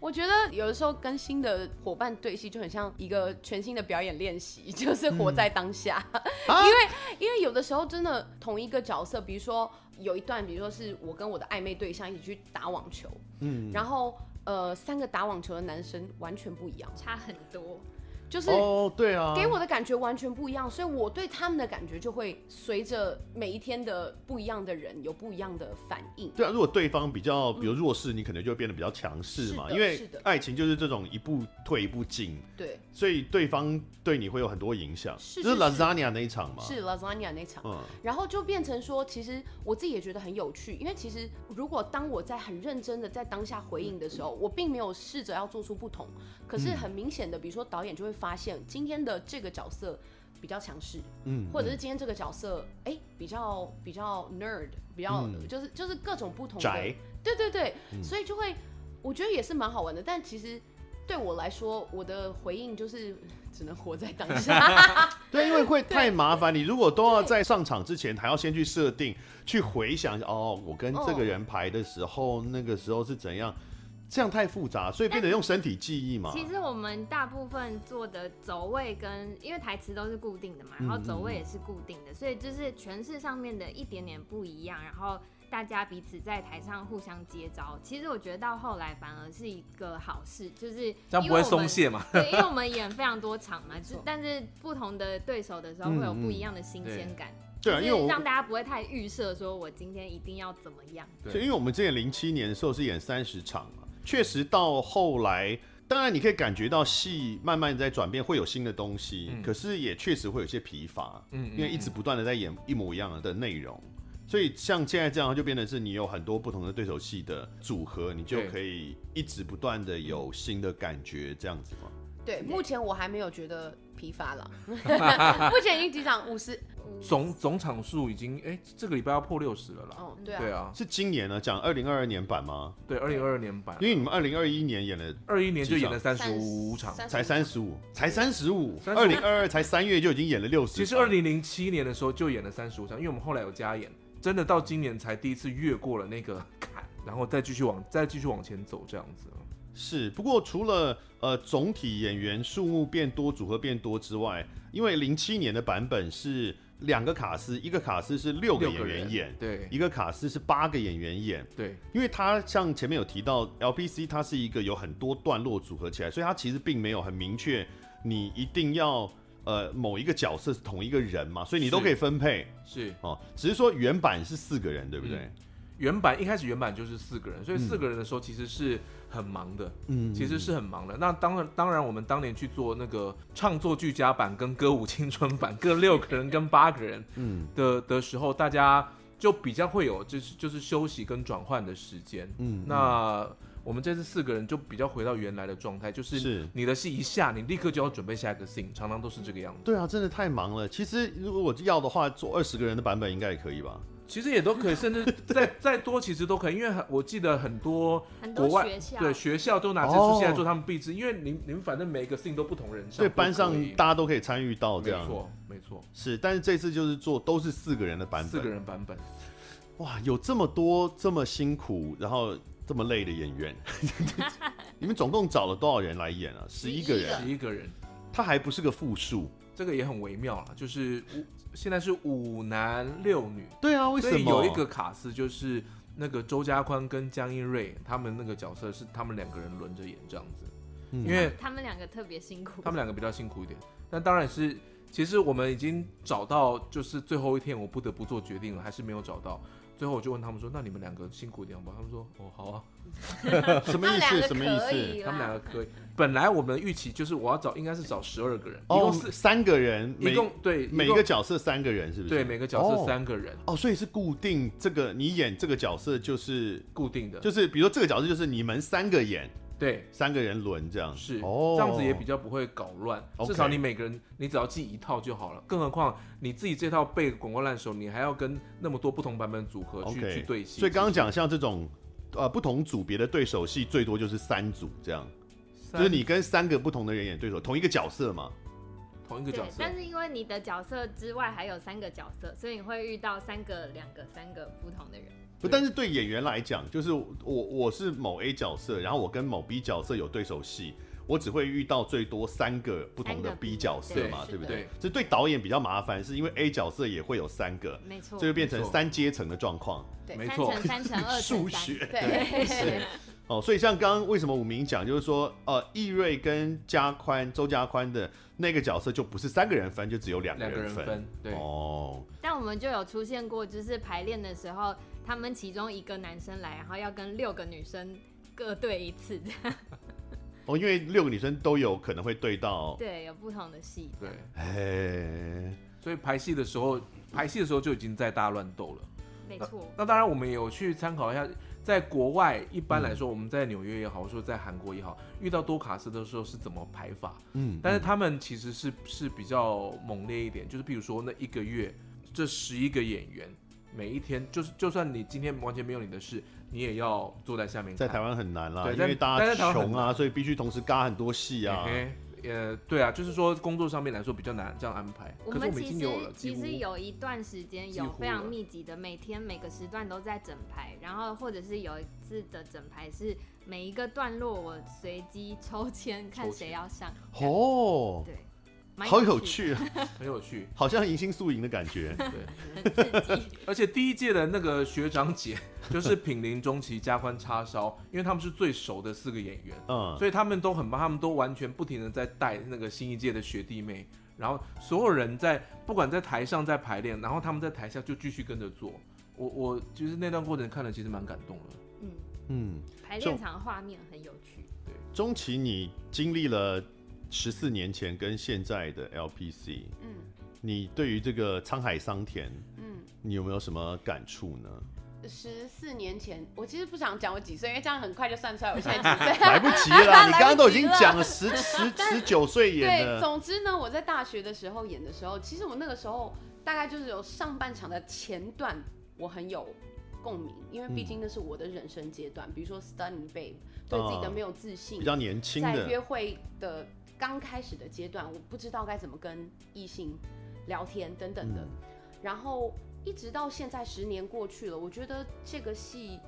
D: 我觉得有的时候跟新的伙伴对戏就很像一个全新的表演练习， 就是活在当下。
A: 嗯
D: 因
A: 啊
D: 为因为有的时候真的同一个角色，比如说有一段，比如说是我跟我的暧昧对象一起去打网球，嗯，然后呃三个打网球的男生完全不一样，
C: 差很多。
D: 就是
A: 哦，对啊，
D: 给我的感觉完全不一样，所以我对他们的感觉就会随着每一天的不一样的人有不一样的反应。
A: 对啊，如果对方比较比如弱势，你可能就会变得比较强势嘛，
D: 嗯是的
A: 因为
D: 是的
A: 爱情就是这种一步退一步进，
D: 对，
A: 所以对方对你会有很多影响。
D: 是
A: 就是
D: 是
A: Lasagna 那一场嘛，
D: 是 Lasagna 那场，
A: 嗯，
D: 然后就变成说，其实我自己也觉得很有趣，因为其实如果当我在很认真的在当下回应的时候，我并没有试着要做出不同，可是很明显的，比如说导演就会发现今天的这个角色比较强势，
A: 嗯
D: 嗯，或者是今天这个角色哎、比较比较 nerd，比较、就是就是各种不同的
A: 宅，嗯
D: 对对对，所以就会我觉得也是蛮好玩的，但其实对我来说，我的回应就是只能活在当 下。
A: 对，因为会太麻烦。你如果都要在上场之前还要先去设定、去回想，哦，我跟这个人排的时候，那个时候是怎样，这样太复杂，所以变得用身体记忆嘛。
C: 其实我们大部分做的走位跟，因为台词都是固定的嘛，
B: 嗯
C: 然后走位也是固定的，所以就是诠释上面的一点点不一样，然后大家彼此在台上互相接招。其实我觉得到后来反而是一个好事，就是
B: 这样不
C: 因为
B: 会
C: 我们
B: 松懈嘛？
C: 对，因为我们演非常多场 嘛，
D: 错
C: 就但是不同的对手的时候会有不
B: 嗯
C: 一样的新鲜感，
A: 对啊，
C: 就
A: 因为
C: 是
A: 我
C: 让大家不会太预设说我今天一定要怎么样。
B: 对
A: 所以因为我们之前零七年的时候是演三十场嘛，确实到后来，当然你可以感觉到戏慢慢在转变，会有新的东西，
B: 嗯
A: 可是也确实会有些疲乏，
B: 嗯
A: 因为一直不断的在演一模一样的内容。所以像现在这样，就变成是你有很多不同的对手戏的组合，你就
B: 对
A: 可以一直不断的有新的感觉，这样子嘛。
B: 嗯
D: 对，目前我还没有觉得疲乏 了，目前已经几场五十，
B: 嗯总总场数已经哎、这个礼拜要破六十了啦。
D: 哦，对啊，
B: 对啊，
A: 是今年呢，讲二零二二年版吗？
B: 对，二零二二年版
A: 因，为你们二零二一年演了
B: 二一年就演了三十
D: 三
B: 五场。
A: 啊才三十五，才三十五，
B: 35
A: 二零二二才三月就已经演了六十。
B: 其实二零零七年的时候就演了三十五场，因为我们后来有加演，真的到今年才第一次越过了那个 坎，然后再继续往再继续往前走这样子。
A: 是，不过除了呃总体演员数目变多、组合变多之外，因为零七年的版本是两个卡司，一个卡司是六个
B: 六
A: 演
B: 个
A: 员
B: 人
A: 演，
B: 对
A: 一个卡司是八个演员演。
B: 对，
A: 因为它像前面有提到，LPC 它是一个有很多段落组合起来，所以它其实并没有很明确，你一定要呃某一个角色是同一个人嘛，所以你都
B: 是
A: 可以分配
B: 是
A: 哦。只是说原版是四个人，对不对？
B: 原版一开始原版就是四个人，所以四个人的时候其实是很忙的，
A: 嗯
B: 其实是很忙的。那当然，当然我们当年去做那个唱作俱佳版跟歌舞青春版各六个人跟八个人
A: 嗯
B: 的的时候，大家就比较会有就是就是休息跟转换的时间。
A: 嗯
B: 那我们这次四个人就比较回到原来的状态，就是
A: 是
B: 你的戏一下，你立刻就要准备下一个 scene，常常都是这个样子。
A: 对啊，真的太忙了。其实如果我要的话，做二十个人的版本应该也可以吧？
B: 其实也都 可以，甚至再再多其实都可以，因为很我记得很多
C: 很
B: 国
C: 多
B: 外
C: 学校
B: 对学校都拿这出戏来做他们壁纸，因为您您反正每个 scene 都不同人上，
A: 所以班上
B: 都可以
A: 大家都可以参与到这
B: 没
A: 样。
B: 错没错，
A: 是，但是这次就是做都是四个人的版本。
B: 四个人版本，
A: 哇，有这么多这么辛苦，然后这么累的演 员，你们总共找了多少人来演啊？十一个人，
B: 十一个人，
A: 他还不是个复数。
B: 这个也很微妙了，就是五现在是五男六女，
A: 对啊，为什
B: 所以
A: 么
B: 有一个卡司就是那个周家宽跟江一瑞他们那个角色是他们两个人轮着演这样子，
A: 嗯
B: 因为
C: 他们两个特别辛苦，
B: 他们两个比较辛苦一点。但当然是，其实我们已经找到，就是最后一天我不得不做决定了，还是没有找到。最后我就问他们说：“那你们两个辛苦一点好不好？”他们说：“哦，好啊，
A: 什么
D: 他
A: 意
D: 们两
A: 思？
D: 个
A: 什么意
D: 可
A: 思？
C: 啊
D: 以啦
B: 他们两个可以。”本来我们的预期就是我要找，应该是找十二个人，一
A: 哦
B: 共，四，
A: 三个人，
B: 一
A: 每
B: 共对，
A: 每
B: 一
A: 一个
B: 共
A: 角色三个人，是不是？
B: 对每个角色
A: 哦
B: 三个人
A: 哦，所以是固定这个，你演这个角色就是
B: 固定的，
A: 就是比如说这个角色就是你们三个演，
B: 对。
A: 三个人轮这样，
B: 是，
A: 哦，
B: 这样子也比较不会搞乱。
A: OK
B: 至少你每个人，你只要记一套就好了。更何况你自己这套背滚瓜烂熟，你还要跟那么多不同版本组合去
A: OK
B: 去对戏。
A: 所以刚刚讲像这种。呃，不同组别的对手戏最多就是三组这样，
B: 三
A: 就是你跟三个不同的人演对手，同一个角色嘛。
B: 同一个
C: 对
B: 角色，，
C: 但是因为你的角色之外还有三个角色，所以你会遇到三个、两个、三个不同的人。
A: 不，
B: 对
A: 但是对演员来讲，就是我我是某 A 角色，然后我跟某 B 角色有对手戏，我只会遇到最多三个不同的
C: 三个
A: B 角色嘛，
C: 对
A: 对不
C: 是的
A: 对？这对导演比较麻烦，是因为 A 角色也会有三个，
C: 没错
A: 这，就变成
B: 没错
A: 三阶层的状况。
D: 对
B: 没
C: 三
B: 错
C: 乘，三 乘二
A: 数
C: 乘三，
A: 学
D: 对，
A: 是哦，所以像刚刚为什么武明讲，就是说，呃，易瑞跟加宽、周加宽的那个角色就不是三个人分，就只有两
B: 两个人
A: 分。
B: 分，对，
A: 哦，
C: 但我们就有出现过，就是排练的时候，他们其中一个男生来，然后要跟六个女生各对一次，
A: 哦，因为六个女生都有可能会对
B: 哦
A: 到，
C: 对，有不同的戏。
B: 对，
A: 哎，
B: 所以排戏的时候，排戏的时候就已经在大乱斗了。
C: 没错，
B: 那当然，我们也有去参考一下，在国外一般来说，
A: 嗯
B: 我们在纽约也好，或者说在韩国也好，遇到多卡斯的时候是怎么排法？
A: 嗯，
B: 但是他们其实是是比较猛烈一点，就是譬如说那一个月这十一个演员，每一天就是就算你今天完全没有你的事，你也要坐在下面
A: 在
B: 看。
A: 台湾很难啦，
B: 对
A: 因为
B: 但
A: 大
B: 但
A: 家
B: 在台湾很
A: 穷啊，所以必须同时嘎很多戏啊。
B: 嘿嘿呃，对啊，就是说工作上面来说比较难这样安排。
C: 我
B: 可是
C: 们
B: 们已
C: 其
B: 经
C: 实
B: 有了，
C: 其
B: 几乎
C: 实有一段时间
B: 几乎
C: 有非常
B: 了
C: 密集的，每天每个时段都在整排，然后或者是有一次的整排是每一个段落我随机抽签看
B: 抽
C: 谁
B: 签
C: 要上，
A: 哦，
C: 对，蛮
A: 好有，趣啊，
B: 很有 趣。
A: 好像迎新宿营的感觉。
C: 很刺激。
B: 而且第一届的那个学长姐就是品林、中崎、加宽、叉烧，因为他们是最熟的四个演员，
A: 嗯，
B: 所以他们都很棒，他们都完全不停的在带那个新一届的学弟妹。然后所有人在不管在台上在排练，然后他们在台下就继续跟着做。我我就是那段过程看了，其实蛮感动的。
C: 嗯，
A: 嗯，
C: 排
A: 就
C: 练场画面很有趣。
A: 中期你经历了十四年前跟现在的 LPC，
D: 嗯
A: 你对于这个沧海桑田，
D: 嗯，
A: 你有没有什么感触 呢？
D: 十四年前，我其实不想讲我几岁，因为这样很快就算出来我现在几岁。
A: 来不及 了，你刚刚都已经
D: 来不及了
A: 讲了十十十九岁演
D: 对，
A: 的，
D: 总之呢，我在大学的时候演的时候，其实我那个时候大概就是有上半场的前段，我很有共鸣，因为
A: 嗯
D: 毕竟那是我的人生阶段，比如说 Stunning Babe，对自己的没有自信，
A: 啊比较年轻
D: 在约
A: 的，
D: 会的刚开始的阶段，我不知道该怎么跟异性聊天等等的。
A: 嗯
D: 然后一直到现在十年过去了，我觉得这个戏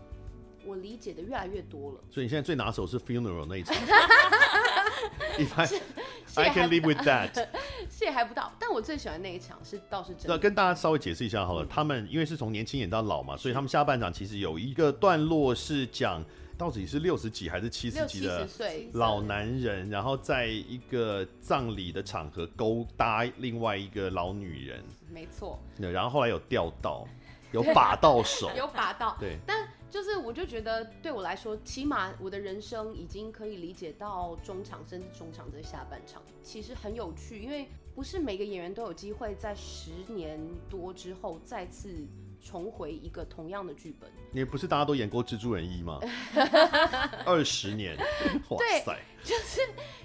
D: 我理解的越来越多了。
A: 所以你现在最拿手是 funeral 那一 场。If
D: 戏
A: I I
D: 也还
A: can live with that，
D: 戏也还不到，但我最喜欢那一场是倒是真
A: 那
D: 的。
A: 跟大家稍微解释一下
D: 嗯
A: 好了，他们因为是从年轻演到老嘛，所以他们下半场其实有一个段落是讲到底是六十几还是七十
D: 六
A: 几
D: 七
A: 的
D: 十岁
A: 老男人，然后在一个葬礼的场合勾搭另外一个老女人，
D: 没错，，
A: 那然后后来有钓到，有把到手
D: 有把到。
A: 对，
D: 就是我就觉得对我来说，起码我的人生已经可以理解到中场，甚至中场的下半场，其实很有趣，因为不是每个演员都有机会在十年多之后再次重回一个同样的剧本。
A: 你不是大家都演过蜘蛛人一 吗？二十年，哇塞，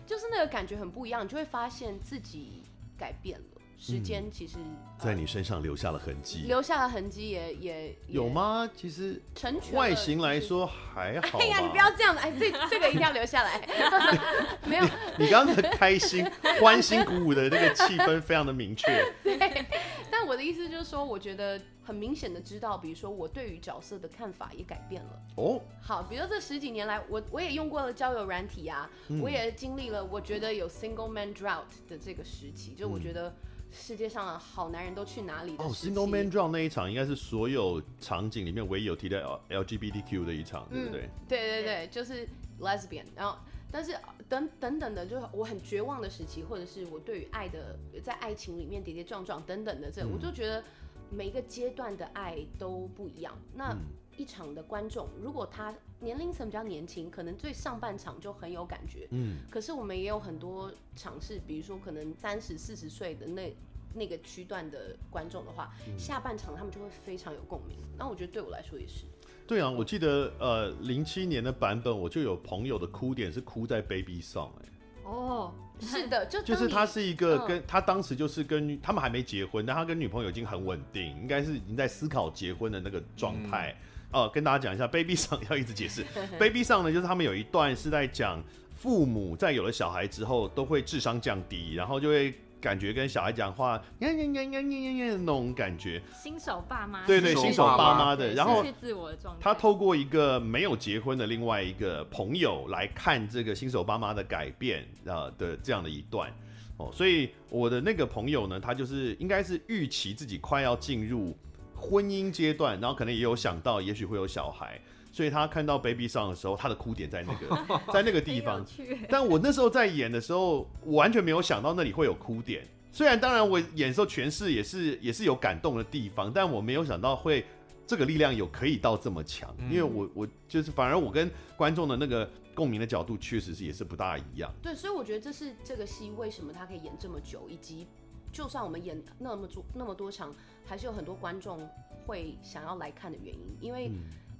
D: 就是那个感觉很不一样，你就会发现自己改变了。时间其实、呃
A: 嗯在你身上留下了痕迹，
D: 留下的痕迹也也也
A: 有吗？其实
D: 成全了
A: 外形来
D: 就是
A: 说还好吧。
D: 哎呀，你不要这样子！哎，这这个一定要留下来。没有，
A: 你刚刚的开心、欢欣鼓舞的那个气氛非常的明确。
D: 但我的意思就是说，我觉得很明显的知道，比如说我对于角色的看法也改变了。
A: 哦，
D: 好，比如说这十几年来，我我也用过了交友软体啊，
A: 嗯
D: 我也经历了我觉得有 single man drought 的这个时期，就我觉得世界上好男人都去哪里的
A: 嗯哦
D: 时期
A: ，Single Man Drown 那一场应该是所有场景里面唯一有提到 L LGBTQ 的一场，对不对？
D: 对嗯对对，就是 lesbian，然后但是等等等的，就是我很绝望的时期，或者是我对于爱的在爱情里面跌跌撞撞等等的这，
A: 嗯
D: 我就觉得每一个阶段的爱都不一样。
A: 嗯
D: 那一场的观众，如果他年龄层比较年轻，可能对上半场就很有感觉。
A: 嗯，
D: 可是我们也有很多尝试，比如说可能三十四十岁的那那个区段的观众的话，
A: 嗯
D: 下半场他们就会非常有共鸣。那我觉得对我来说 也是，
A: 对啊，我记得呃零七年的版本，我就有朋友的哭点是哭在 Baby Song，、哎。
C: 哦，
D: 是的，就
A: 就是
D: 当你
A: 他是一个
D: 嗯
A: 跟、他当时就是跟女他们还没结婚，但他跟女朋友已经很稳定，应该是已经在思考结婚的那个状态。
D: 嗯
A: 哦，跟大家讲一下，Baby 上 要一直解释，Baby 上呢就是他们有一段是在讲父母在有了小孩之后都会智商降低，然后就会。感觉跟小孩讲话，呀呀呀呀呀呀呀那种感觉，
C: 新手爸妈，
A: 对对，
B: 新
A: 新手
B: 手爸
A: 爸
B: 妈
A: 妈的。然后
C: 失去自我的状态，
A: 他透过一个没有结婚的另外一个朋友来看这个新手爸妈的改变啊、呃的这样的一段哦，所以我的那个朋友呢，他就是应该是预期自己快要进入婚姻阶段，然后可能也有想到也许会有小孩，所以他看到 baby 上的时候，他的哭点在那个在那个
C: 很
A: 地
C: 有
A: 方，
C: 趣，
A: 但我那时候在演的时候，我完全没有想到那里会有哭点。虽然当然我演的时候诠释也是也是有感动的地方，但我没有想到会这个力量有可以到这么强，
B: 嗯
A: 因为我我就是反而我跟观众的那个共鸣的角度确实是也是不大一样。
D: 对，所以我觉得这是这个戏为什么它可以演这么久，以及就算我们演那么多那么多场，还是有很多观众会想要来看的原因，因为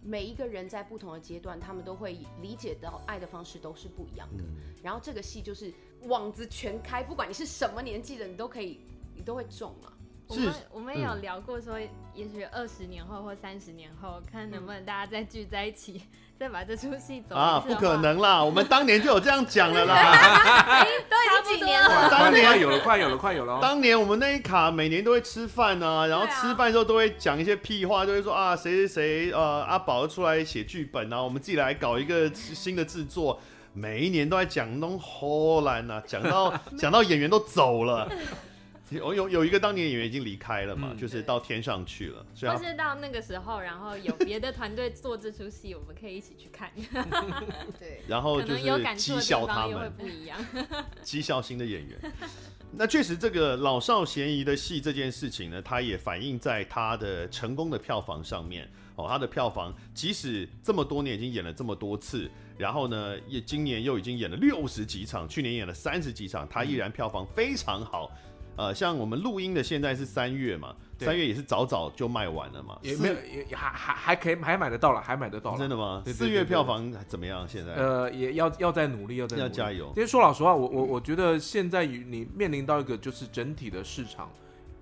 D: 每一个人在不同的阶段，他们都会理解到爱的方式都是不一样的。然后这个戏就是网子全开，不管你是什么年纪的，你都可以，你都会中嘛。啊
C: 我
A: 是嗯
C: 们我们有聊过说，也许二十年后或三十年后，看能不能大家再聚在一起， 再把这出戏走
A: 嗯啊，
C: 一
A: 不
C: 次的
A: 可
C: 话，
A: 能啦，我们当年就有这样讲了啦。 啊
C: 都已经几年了，
A: 当
B: 快快
A: 年
B: 有了，快有了，快有了哦！
A: 当年我们那一卡每年都会吃饭啊，然后
C: 对啊
A: 吃饭的时候都会讲一些屁话，就会说啊谁谁谁呃阿宝出来写剧本啊，我们自己来搞一个新的制作。每一年都在讲弄荷兰啊，讲 到讲到演员都走了。有有有一个当年演员已经离开了嘛，
B: 嗯
A: 就是到天上去了，所以
C: 或
A: 他
C: 是到那个时候，然后有别的团队做这出戏，我们可以一起去看，
D: 对，
A: 然后哦
C: 可
A: 就
C: 能
A: 是
C: 有感
A: 讥
C: 触的
A: 笑
C: 地
A: 他
C: 方又
A: 们
C: 会。不一样。
A: 讥笑型的演员。 那确实，这个老少咸宜的戏这件事情呢，它也反映在它的成功的票房上面哦。它的票房即使这么多年已经演了这么多次，然后呢，也今年又已经演了六十几场，去年演了三十几场，它依然票房非常好。呃，像我们录音的现在是三月嘛，
B: 对
A: 三月也是早早就卖完了嘛，
B: 也
A: 四
B: 没有，也也还还还可以，还买得到了，还买得到
A: 真的
B: 了。
A: 吗？
B: 对对
A: 四
B: 对
A: 月
B: 对
A: 票房怎么样？现在、
B: 呃，也要要再努力，要再努
A: 要
B: 力
A: 加油
B: 其。实说老实话，我我我觉得现在你面临到一个就是整体的市场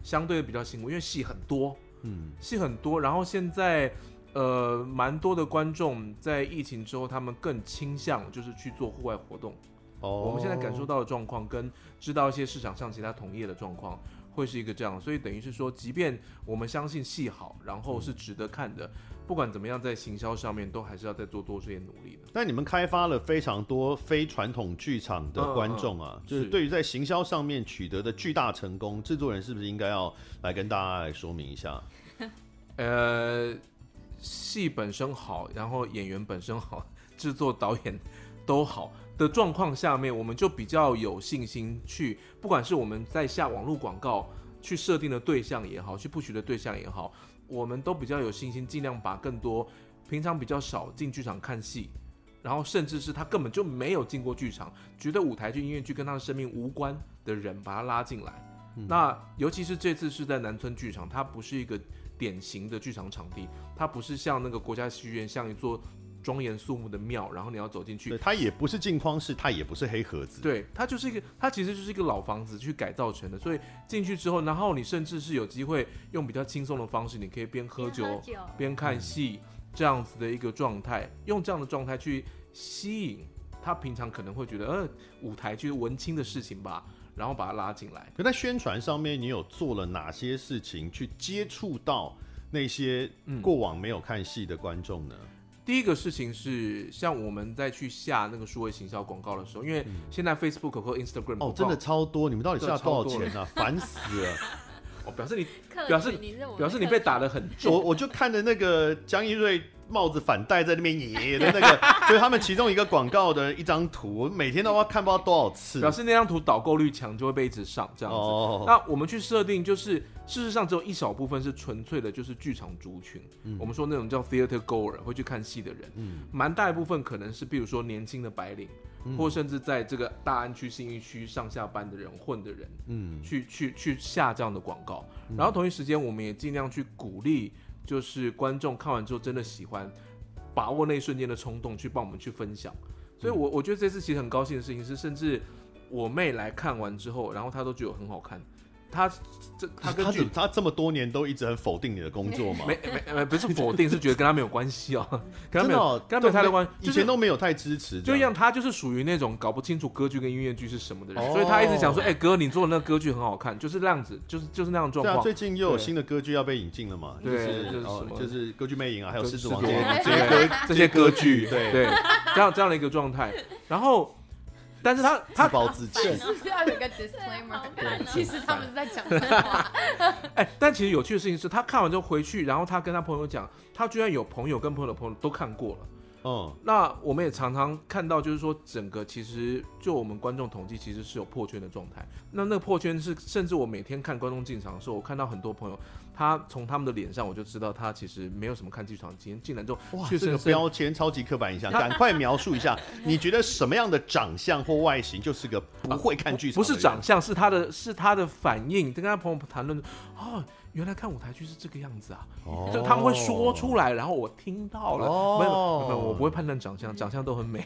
B: 相对比较辛苦，因为戏很多，
A: 嗯，
B: 戏很多，然后现在呃蛮多的观众在疫情之后，他们更倾向就是去做户外活动。
A: 哦
B: 我们现在感受到的状况，跟知道一些市场上其他同业的状况，会是一个这样。所以等于是说，即便我们相信戏好，然后是值得看的，不管怎么样，在行销上面都还是要再多多这些努力的。
A: 但你们开发了非常多非传统剧场的观众啊，
B: 嗯
A: 就是
B: 是
A: 对于在行销上面取得的巨大成功，制作人是不是应该要来跟大家来说明一下？
B: 呃，戏本身好，然后演员本身好， 制作导演都好的状况下面，我们就比较有信心去，不管是我们在下网络广告去设定的对象也好，去布局的对象也好，我们都比较有信心，尽量把更多平常比较少进剧场看戏。然后，甚至是他根本就没有进过剧场，觉得舞台剧、音乐剧跟他的生命无关的人，把他拉进来。那尤其是这次是在南村剧场，它不是一个典型的剧场场地，它不是像那个国家戏剧院像一座庄严肃穆的庙，然后你要走进
A: 对，
B: 去。
A: 它也不是镜框式，它也不是黑盒子，
B: 对，它就是一个，它其实就是一个老房子去改造成的，所以进去之后，然后你甚至是有机会用比较轻松的方式，你可以边喝酒
C: 边喝酒
B: 边
A: 嗯
B: 看戏这样子的一个状态，用这样的状态去吸引他平常可能会觉得，呃，舞台剧文青的事情吧，然后把他拉进来。
A: 可在宣传上面，你有做了哪些事情去接触到那些过往没有看戏的观众呢？
B: 第一个事情是，像我们在去下那个数位行销广告的时候，因为现在 Facebook 和 Instagram
A: 嗯哦
B: 广告，
A: 真的，超多！你们到底下
B: 对
A: 多少
B: 超多了
A: 钱啊？烦死了！
B: 哦，表示你
C: 克
B: 表示
C: 举你是我们
B: 表示你
C: 克
B: 被
C: 举
B: 打得很
A: 我
B: 重，
A: 我就看着那个江一瑞帽子反戴在那边耶的那个，就是他们其中一个广告的一张图，我每天都要看不知道多少次
B: 表。示那张图导购率强就会被一直上这样子。
A: 哦，
B: 那我们去设定，就是事实上只有一小部分是纯粹的，就是剧场族群。我们说那种叫 theater goer 会去看戏的人，蛮大一部分可能是，比如说年轻的白领，或甚至在这个大安区、信义区上下班的人混的人，
A: 嗯
B: 去去去下这样的广告。然后同一时间，我们也尽量去鼓励，就是观众看完之后真的喜欢，把握那一瞬间的冲动去帮我们去分享。所以我，我
A: 嗯
B: 觉得这次其实很高兴的事情是，甚至我妹来看完之后，然后她都觉得很好看。她这她跟
A: 他
B: 剧
A: 怎他这么多年都一直很否定你的工作吗？
B: 没没没不是否定，是觉得跟她没有关系哦， 跟她
A: 真
B: 没
A: 的
B: 有、
A: 哦，
B: 跟她没有太多关系，
A: 以
B: 就是
A: 前都没有太支持这
B: 就
A: 样，
B: 像他就是属于那种搞不清楚歌剧跟音乐剧是什么的人，
A: 哦
B: 所以他一直想说，哎、哥，你做的那个歌剧很好看，就是那样子，就是就是那样的状
A: 对啊，
B: 况。
A: 最近又有
B: 对
A: 新的歌剧要被引进了嘛，就
B: 对
A: 是
B: 就是
A: 哦
B: 什么
A: 就是歌剧魅影啊，还有
B: 就
A: 狮
B: 是
A: 子王
B: 狮
A: 这
B: 子
A: 些
B: 王对
A: 这些歌
B: 这些歌剧，
A: 对
B: 对，这样这样的一个状态。然后，但是他
A: 自
B: 他
A: 暴自弃。
D: 是不是要有一个
C: 好
D: disclaimer？
C: 看哦
D: 其实他们是在讲什话。
B: 哎、但其实有趣的事情是他看完之后回去，然后他跟他朋友讲，他居然有朋友跟朋友的朋友都看过了。
A: 嗯，
B: 那我们也常常看到，就是说整个其实就我们观众统计，其实是有破圈的状态。那那个破圈是，甚至我每天看观众进场的时候，我看到很多朋友，他从他们的脸上我就知道他其实没有什么看剧场经验，进来之后
A: 哇，
B: 去
A: 这个
B: 深深
A: 标签超级刻板印象，赶快描述一 下，你觉得什么样的长相或外形就是个不会看剧场、
B: 不是长，相，是他的是他的反应。跟他朋友谈论，哦，原来看舞台剧是这个样子啊，
A: 哦
B: 就他们会说出来，然后我听到了。
A: 哦
B: 没有没有，我不会判断长相，长相
A: 嗯
B: 都很美，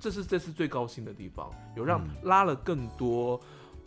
B: 这是这是最高兴的地方，有让拉了更多。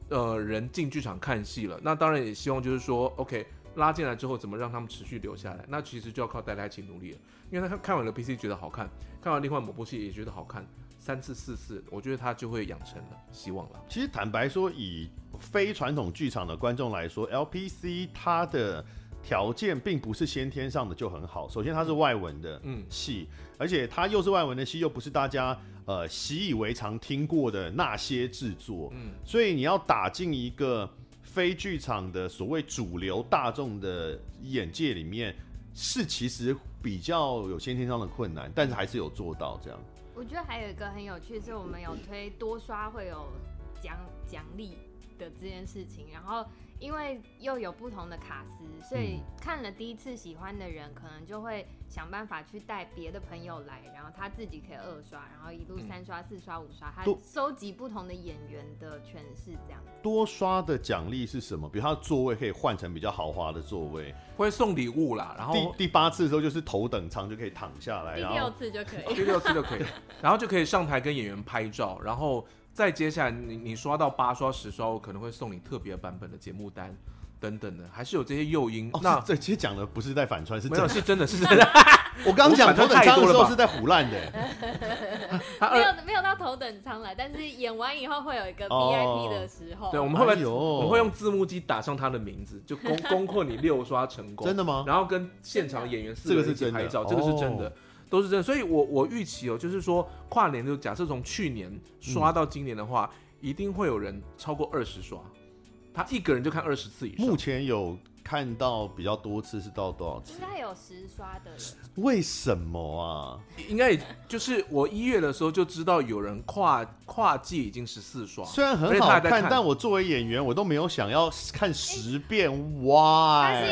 B: 呃人进剧场看戏了。那当然也希望就是说，OK，拉进来之后怎么让他们持续留下来？那其实就要靠大家一起努力了。因为他看完了 PC 觉得好看，看完另外某部戏也觉得好看，三次四次，我觉得他就会养成了希望了。
A: 其实坦白说，以非传统剧场的观众来说，LPC 它的条件并不是先天上的就很好。首先，它是外文的
B: 嗯
A: 戏，而且它又是外文的戏，又不是大家呃习以为常听过的那些制作，
B: 嗯，
A: 所以你要打进一个非剧场的所谓主流大众的眼界里面，是其实比较有先天上的困难，但是还是有做到这样。
C: 我觉得还有一个很有趣，是我们有推多刷会有奖奖励的这件事情，然后因为又有不同的卡司，所以看了第一次喜欢的人，可能就会想办法去带别的朋友来，然后他自己可以二刷，然后一路
B: 嗯
C: 三刷、四刷、五刷，他
A: 都
C: 收集不同的演员的诠释，这样。
A: 多刷的奖励是什么？比如他的座位可以换成比较豪华的座位。
B: 会送礼物啦，然后
A: 第第八次的时候就是头等舱就可以躺下
B: 哎
A: 来，
C: 第
A: 然
C: 六
A: 后
C: 次就可以。
B: 第六次 就可以了，然后就可以上台跟演员拍照，然后再接下来你你刷到八刷十刷，我可能会送你特别版本的节目单等等的，还是有这些诱因。
A: 哦，
B: 那
A: 那这其实讲的不是在反串，是
B: 没
A: 真
B: 有
A: 的。
B: 是 真的是真的，
A: 我刚刚讲
B: 我
A: 头
B: 反
A: 等
B: 串
A: 舱的时
B: 太多了
A: 候
B: 吧
A: 是在胡乱的，
B: 他
C: 没
B: 二
C: 有没有到头等舱来，但是演完以后会有一个
A: 哦
C: VIP 的时候。
B: 对，我们会不
A: 哎
B: 会
A: 呦
B: 我们会用字幕机打上他的名字，就 攻攻破你六刷成功，
A: 真的吗？
B: 然后跟现场演员四
A: 这
B: 个
A: 个
B: 人一
A: 是
B: 起
A: 真的
B: 拍照，这个是真的
A: 哦，
B: 都是真的。所以我我预期哦，就是说跨年就假设从去年刷到今年的话，一定会有人超过二十刷，他一个人就看二十次以
A: 目
B: 上。
A: 前有看到比较多次是到多少次
C: 应？该有十刷的人，
A: 为什么啊？
B: 应该也就是我一月的时候就知道有人跨跨季已经十四刷，
A: 虽然
B: 而
A: 很
B: 且他
A: 好
B: 还在
A: 看
B: 看，
A: 但我作为演员，我都没有想要看十遍
C: 它是一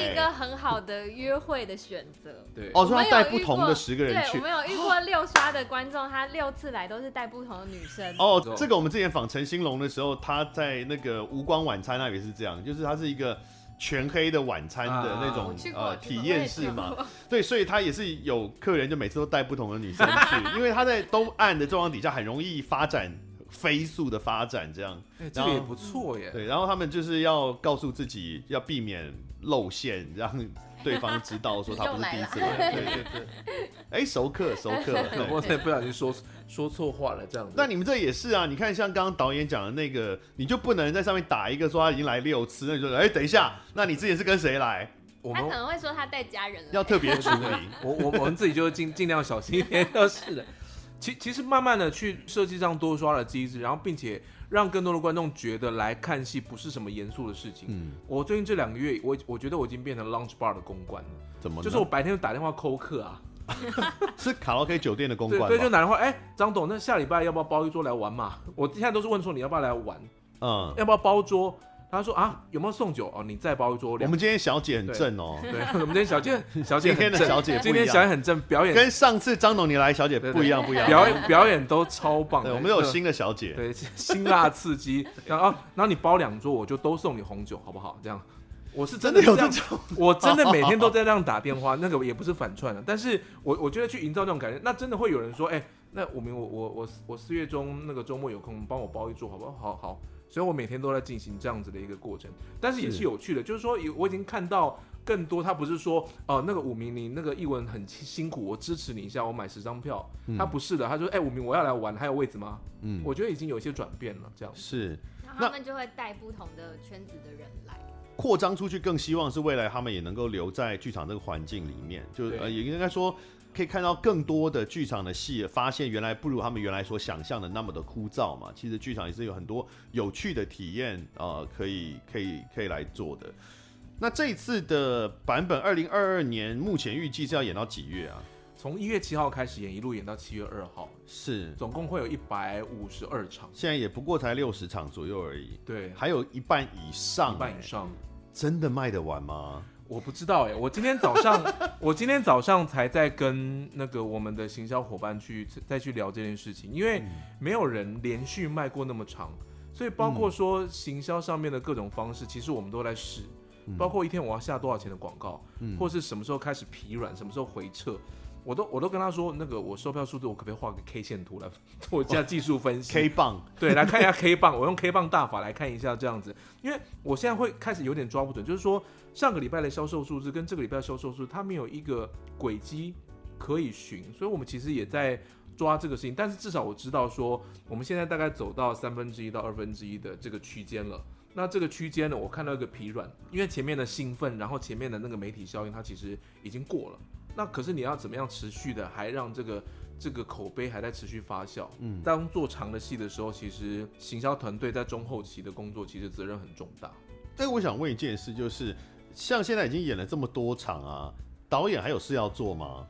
A: why。
C: 个很好的约会的选择。
B: 对
A: 哦，
C: 我
A: 所
C: 们
A: 以
C: 有
A: 他带不同的十个人
C: 对，
A: 去
C: 我。们有遇过六刷的观众，他六次来都是带不同的女生。
A: 哦，这个我们之前访陈兴龙的时候，他在那个无光晚餐那里是这样，就是它是一个全黑的晚餐的那
B: 啊
A: 种
D: 我、去过
A: 呃
D: 我去过
A: 体验式嘛。 对，所以他也是有客人就每次都带不同的女生 去，因为他在东岸的状况底下很容易发展飞速的发展这样。
B: 哎这个也不错耶。
A: 对，然后他们就是要告诉自己要避免露馅，让对方知道说他不是第一次来。对对对。哎，熟客熟客。对
B: 我才不小心说说错话了，这样子。
A: 那你们这也是啊，你看像刚刚导演讲的那个，你就不能在上面打一个说啊他已经来六次，那你就说哎、等一下，那你之前是跟谁来？
B: 我
C: 他可
B: 们
C: 能会说他带家人来。
A: 要特别处理。
B: 我我我们自己就尽尽量小心一点，就是的。 其其实慢慢的去设计这样多刷的机制，然后并且让更多的观众觉得来看戏不是什么严肃的事情。
A: 嗯，
B: 我最近这两个月，我我觉得我已经变成 lounge bar 的公关了，
A: 怎么呢？
B: 就是我白天就打电话扣客啊，
A: 是卡拉 OK 酒店的公
B: 对
A: 关
B: 对，就
A: 吧？
B: 打电话，哎、张董，那下礼拜要不要包一桌来玩嘛？ 我现在都是问说你要不要来玩，
A: 嗯，
B: 要不要包桌？他说啊，有没有送酒？哦，你再包一桌。
A: 我们今天小姐很正哦、
B: 对，我们今天小姐小 姐
A: 今
B: 很
A: 天的
B: 正
A: 小姐不
B: 今
A: 一
B: 天
A: 样，
B: 小姐很正，表演
A: 跟上次张总你来小姐
B: 对
A: 不
B: 对
A: 一样，不一样。
B: 表演表演都超棒的，欸
A: 对，我们都有
B: 真的
A: 新的小姐。
B: 对， 辛辣刺激。 然后，然后你包两桌，我就都送你红酒，好不好？这样，我是
A: 真
B: 真的
A: 的有
B: 这
A: 这
B: 样，
A: 种，
B: 我真的每天都在这样打电话， 那个也不是反串啊的，但是我我觉得去营造这种感觉，那真的会有人说，哎、那我明我我我我四月中那个周末有空，帮我包一桌，好不好？好好。所以我每天都在进行这样子的一个过程，但是也是
A: 是
B: 有趣的，就是说有我已经看到更多，他不是说哦、那个武明你那个译文很辛苦，我支持你一下，我买十张票，他不是的，他说哎、武明我要来玩，还有位置吗？
A: 嗯，
B: 我觉得已经有一些转变了，这样。
A: 是
C: 然后他们就会带不同的圈子的人来。
A: 扩张出去，更希望是未来他们也能够留在剧场这个环境里面，就
B: 对
A: 呃也应该说可以看到更多的剧场的戏，发现原来不如他们原来所想象的那么的枯燥嘛。其实剧场也是有很多有趣的体验，呃，可以可以可以来做的。那这一次的版本，二零二二年目前预计是要演到几月啊？
B: 从一月七号开始演，一路演到七月二号，
A: 是
B: 总共会有一百五十二场，
A: 现在也不过才六十场左右而已，
B: 对，
A: 还有一半以上、
B: 一半以上。
A: 真的卖得完吗？
B: 我不知道哎、我今天早上，我今天早上才在跟那个我们的行销伙伴去再去聊这件事情，因为没有人连续卖过那么长，所以包括说行销上面的各种方式，其实我们都在试，
A: 嗯
B: 包括一天我要下多少钱的广告，或是什么时候开始疲软，什么时候回撤，我都我都跟他说，那个我售票数字，我可不可以画个 K 线图来 做一下技术分析？
A: K 棒，
B: 对，来看一下 K 棒，我用 K 棒大法来看一下这样子，因为我现在会开始有点抓不准，就是说上个礼拜的销售数字跟这个礼拜的销售数字，它没有一个轨迹可以循，所以我们其实也在抓这个事情，但是至少我知道说，我们现在大概走到三分之一到二分之一的这个区间了。那这个区间呢，我看到一个疲软，因为前面的兴奋，然后前面的那个媒体效应，它其实已经过了。那可是你要怎么样持续的，还让这个这个口碑还在持续发酵？
A: 嗯，
B: 当做长的戏的时候，其实行销团队在中后期的工作其实责任很重大。
A: 但我想问一件事，就是像现在已经演了这么多场啊，导演还有事要做吗？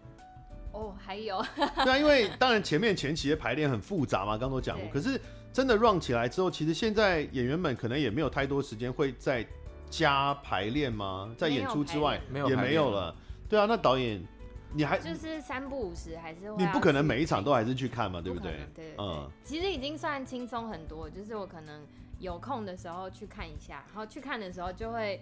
C: 哦，还有
A: 对啊，因为当然前面前期的排练很复杂嘛，刚刚都讲过。可
C: 对
A: 是真的 run 起来之后，其实现在演员们可能也没有太多时间会再加排练吗？在演出之外
B: 没有排
A: 也
B: 练
A: 没有了。对啊，那导演你还
C: 就是三不五时还是会
A: 你
C: 要
A: 不可能
C: 去
A: 每一场都还是去看嘛，对
C: 不
A: 不
C: 可
A: 对
C: 能？对对对，
A: 嗯
C: 其实已经算轻松很多，就是我可能有空的时候去看一下，然后去看的时候就会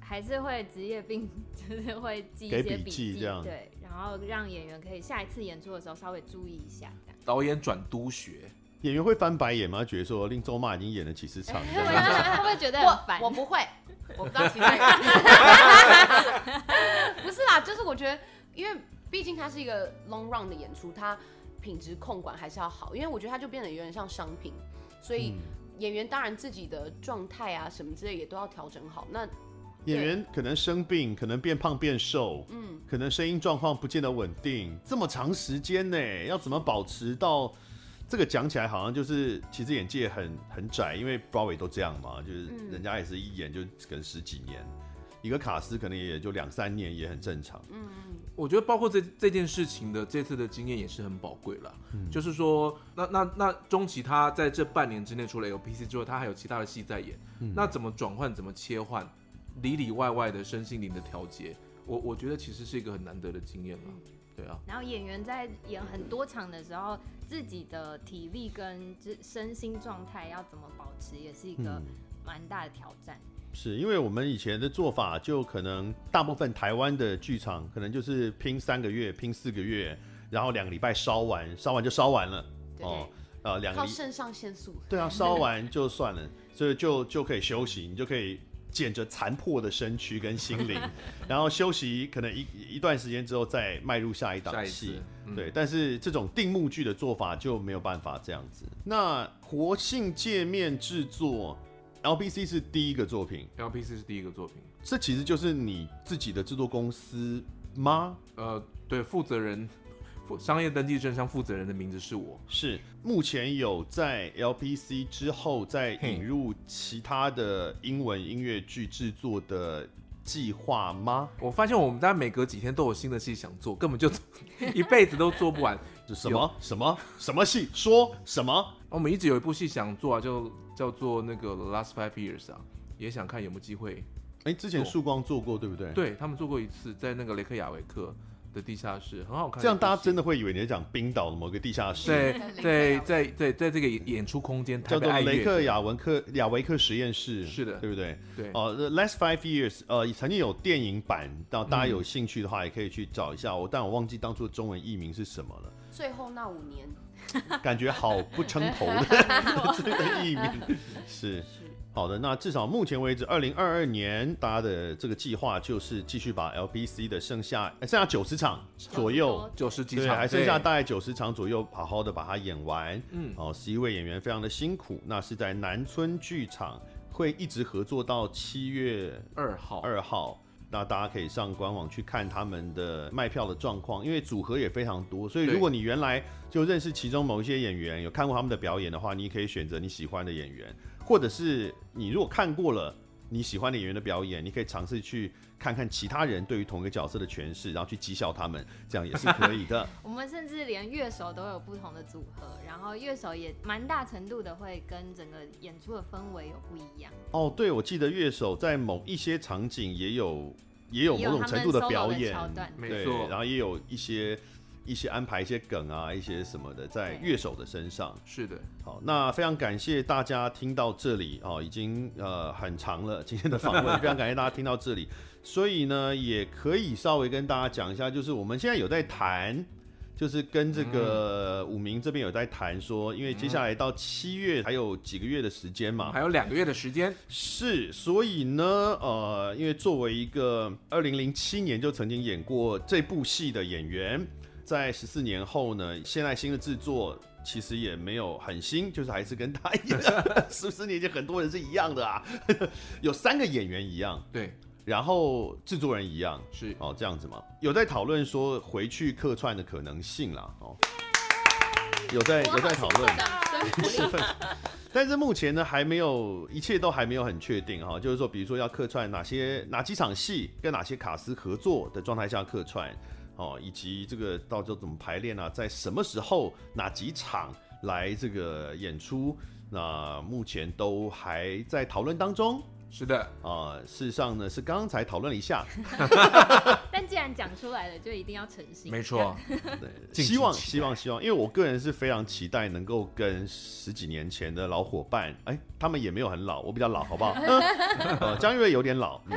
C: 还是会职业病，就是会记一
A: 给
C: 些
A: 笔
C: 笔
A: 记这样
C: 对，然后让演员可以下一次演出的时候稍微注意一下，这样。
B: 导演转督学，
A: 演员会翻白眼吗？觉得说令周骂已经演了几十场， 这样
C: 会不会觉得很烦？
D: 我我不会， 我不知道其他人。 不是啦，就是我觉得，因为毕竟它是一个 long run 的演出，它品质控管还是要好，因为我觉得它就变得有点像商品，所以演员当然自己的状态啊什么之类也都要调整好。那
A: 演员可能生病，可能变胖变瘦，嗯，可能声音状况不见得稳定，这么长时间呢，要怎么保持到？这个讲起来好像就是，其实眼界很很窄，因为 Broadway 都这样嘛，就是
D: 嗯
A: 人家也是一演就可能十几年，一个卡斯可能也就两三年，也很正常。
B: 我觉得包括这这件事情的这次的经验也是很宝贵了。就是说，那那那钟琦他在这半年之内，除了 LPC 之外，他还有其他的戏在演。那怎么转换，怎么切换，里里外外的身心灵的调节，我我觉得其实是一个很难得的经验了。对啊，
C: 然后演员在演很多场的时候，自己的体力跟之身心状态要怎么保持，也是一个
A: 嗯
C: 蛮大的挑战。
A: 是因为我们以前的做法，就可能大部分台湾的剧场可能就是拼三个月、拼四个月，然后两个礼拜烧完，烧完就烧完了。
C: 对
A: 哦，呃，两个
D: 靠
A: 礼
D: 肾上腺素，
A: 对啊，烧完就算了，所以就就可以休息，你就可以捡着残破的身躯跟心 灵，然后休息可能一一段时间之后再迈入下一档
B: 下一次
A: 戏。，
B: 嗯
A: 对，但是这种定目剧的做法就没有办法这样子。那活性界面制作 LBC 是第一个作品，
B: ，LPC 是第一个作品。
A: 这其实就是你自己的制作公司吗？
B: 呃，对，负责人，负商业登记证上负责人的名字是我。
A: 是，目前有在 LPC 之后再引入其他的英文音乐剧制作的计划吗？
B: 我发现我们大家每隔几天都有新的戏想做，根本就 一辈子都做不完。
A: 这什么什么什么戏？说什么？
B: 我们一直有一部戏想做啊，就叫做那个《The Last Five Years》啊，也想看有没有机会。
A: 哎，之前
B: 做
A: 曙光做过，对不对？。
B: 对他们做过一次，在那个雷克雅维克的地下室，很好看。
A: 这样大家真的会以为你在讲冰岛的某个地下室，
B: 在在在在在这个演出空间，台
A: 叫
B: 北
A: 做
B: 爱
A: 雷
B: 乐
A: 克雅文克雅维克实验室，
B: 是的
A: 对不对？
B: 对，
A: 哦、t h e last five years，呃，曾经有电影版，那大家
B: 嗯
A: 有兴趣的话也可以去找一下。我、但我忘记当初的中文译名是什么了。
D: 最后那五年
A: 感觉好不称头 的这个译名是好的。那至少目前为止，二零二二年大家的这个计划就是继续把 LBC 的剩下呃剩下九十场左右，
B: 九十几
A: 对，
B: 场，
A: 还剩下
B: 对
A: 大概九十场左右，好好的把它演完。
B: 嗯
A: 哦，十一位演员非常的辛苦，那是在南村剧场会一直合作到七月
B: 二号，
A: 二号。那大家可以上官网去看他们的卖票的状况，因为组合也非常多，所以
B: 对
A: 如果你原来就认识其中某一些演员，有看过他们的表演的话，你可以选择你喜欢的演员，或者是你如果看过了你喜欢的演员的表演，你可以尝试去看看其他人对于同一个角色的诠释，然后去讥笑他们，这样也是可以 的。
C: 我们甚至连乐手都有不同的组合，然后乐手也蛮大程度的会跟整个演出的氛围有不一样，
A: 哦，对，我记得乐手在某一些场景也有也有
C: 也
A: 某种
C: 他
A: 程
C: 们
A: 度
C: solo
A: 表
C: 的
A: 演，
C: 桥段。
B: 没
A: 对，
B: 错
A: 然后也有一些一些安排一些梗啊，一些什么的在
C: 对
A: 乐手的身上。
B: 是的，
A: 好，那非常感谢大家听到这里哦，已经呃很长了今天的访 问，非常感谢大家听到这里。所以呢，也可以稍微跟大家讲一下，就是我们现在有在谈，就是跟这
B: 嗯
A: 个武明这边有在谈说，因为接下来到七月还有几个月的时间嘛，
B: 还有两个月的时间，
A: 是，所以呢，呃，因为作为一个二零零七年就曾经演过这部戏的演员，在十四年后呢，现在新的制作其实也没有很新，就是还是跟他一样， 十四年前很多人是一样的啊， 有三个演员一样，
B: 对，
A: 然后制作人一样，
B: 是
A: 哦，这样子嘛，有在讨论说回去客串的可能性啦，哦，有在有在讨论。
D: 掌声鼓励。
A: 但是目前呢，还没有，一切都还没有很确定哈。就是说，比如说要客串哪些哪几场戏，跟哪些卡司合作的状态下客串，哦，以及这个到时候怎么排练啊，在什么时候哪几场来这个演出，那目前都还在讨论当中
B: 是的，
A: 啊、事实上呢，是刚才讨论了一下，
C: 但既然讲出来了，就一定要诚信。
B: 没错，敬请
A: 希望
B: 期待
A: 希望希望，因为我个人是非常期待能够跟十几年前的老伙伴，哎，他们也没有很老，我比较老，好不好？呃，江月有点老，嗯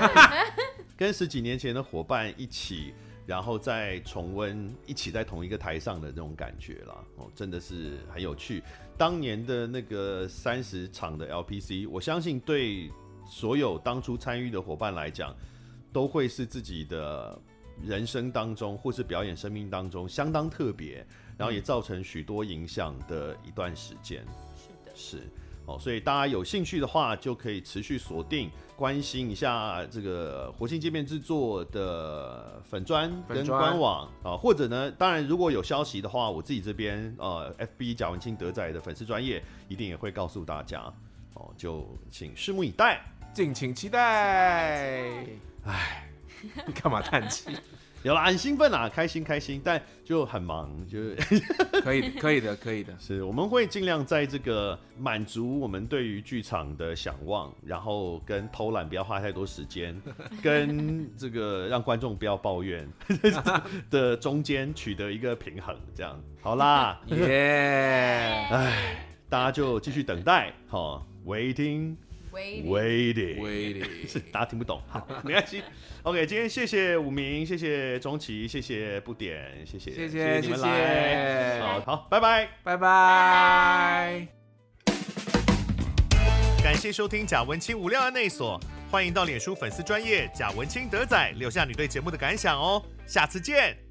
A: 跟十几年前的伙伴一起，然后再重温一起在同一个台上的那种感觉啦，哦，真的是很有趣。当年的那个三十场的 LPC，我相信对所有当初参与的伙伴来讲，都会是自己的人生当中或是表演生命当中相当特别，
D: 嗯
A: 然后也造成许多影响的一段时间。
D: 是的，
A: 是哦，所以大家有兴趣的话，就可以持续锁定关心一下这个活性界面制作的粉砖
B: 粉
A: 跟
B: 专
A: 官网啊、或者呢，当然如果有消息的话，我自己这边呃，FB 贾文清德仔的粉丝专业一定也会告诉大家哦，就请拭目以待。
B: 敬请期待。哎，干嘛叹气？
A: 有啦，很兴奋啦，开心开心，但就很忙，就是，
B: 可以的，可以的，可以的
A: 是，我们会尽量在这个满足我们对于剧场的想望，然后跟偷懒不要花太多时间，跟这个让观众不要抱怨的中间取得一个平衡，这样好啦，
B: 耶
A: 大家就继续等待，哈、，waiting
C: 喂
A: waiting，是
B: ，Waiting，
A: 大家听不懂，好，没关系。OK，今天谢谢武明，谢谢钟琪，谢谢布点，谢谢
B: 谢谢，
A: 你
B: 谢
A: 们来，好
B: 谢，
A: 好，拜拜。
B: 拜拜。
E: 感谢收听贾文清无料案内所，欢迎到脸书粉丝专业贾文清德仔留下你对节目的感想哦，下次见。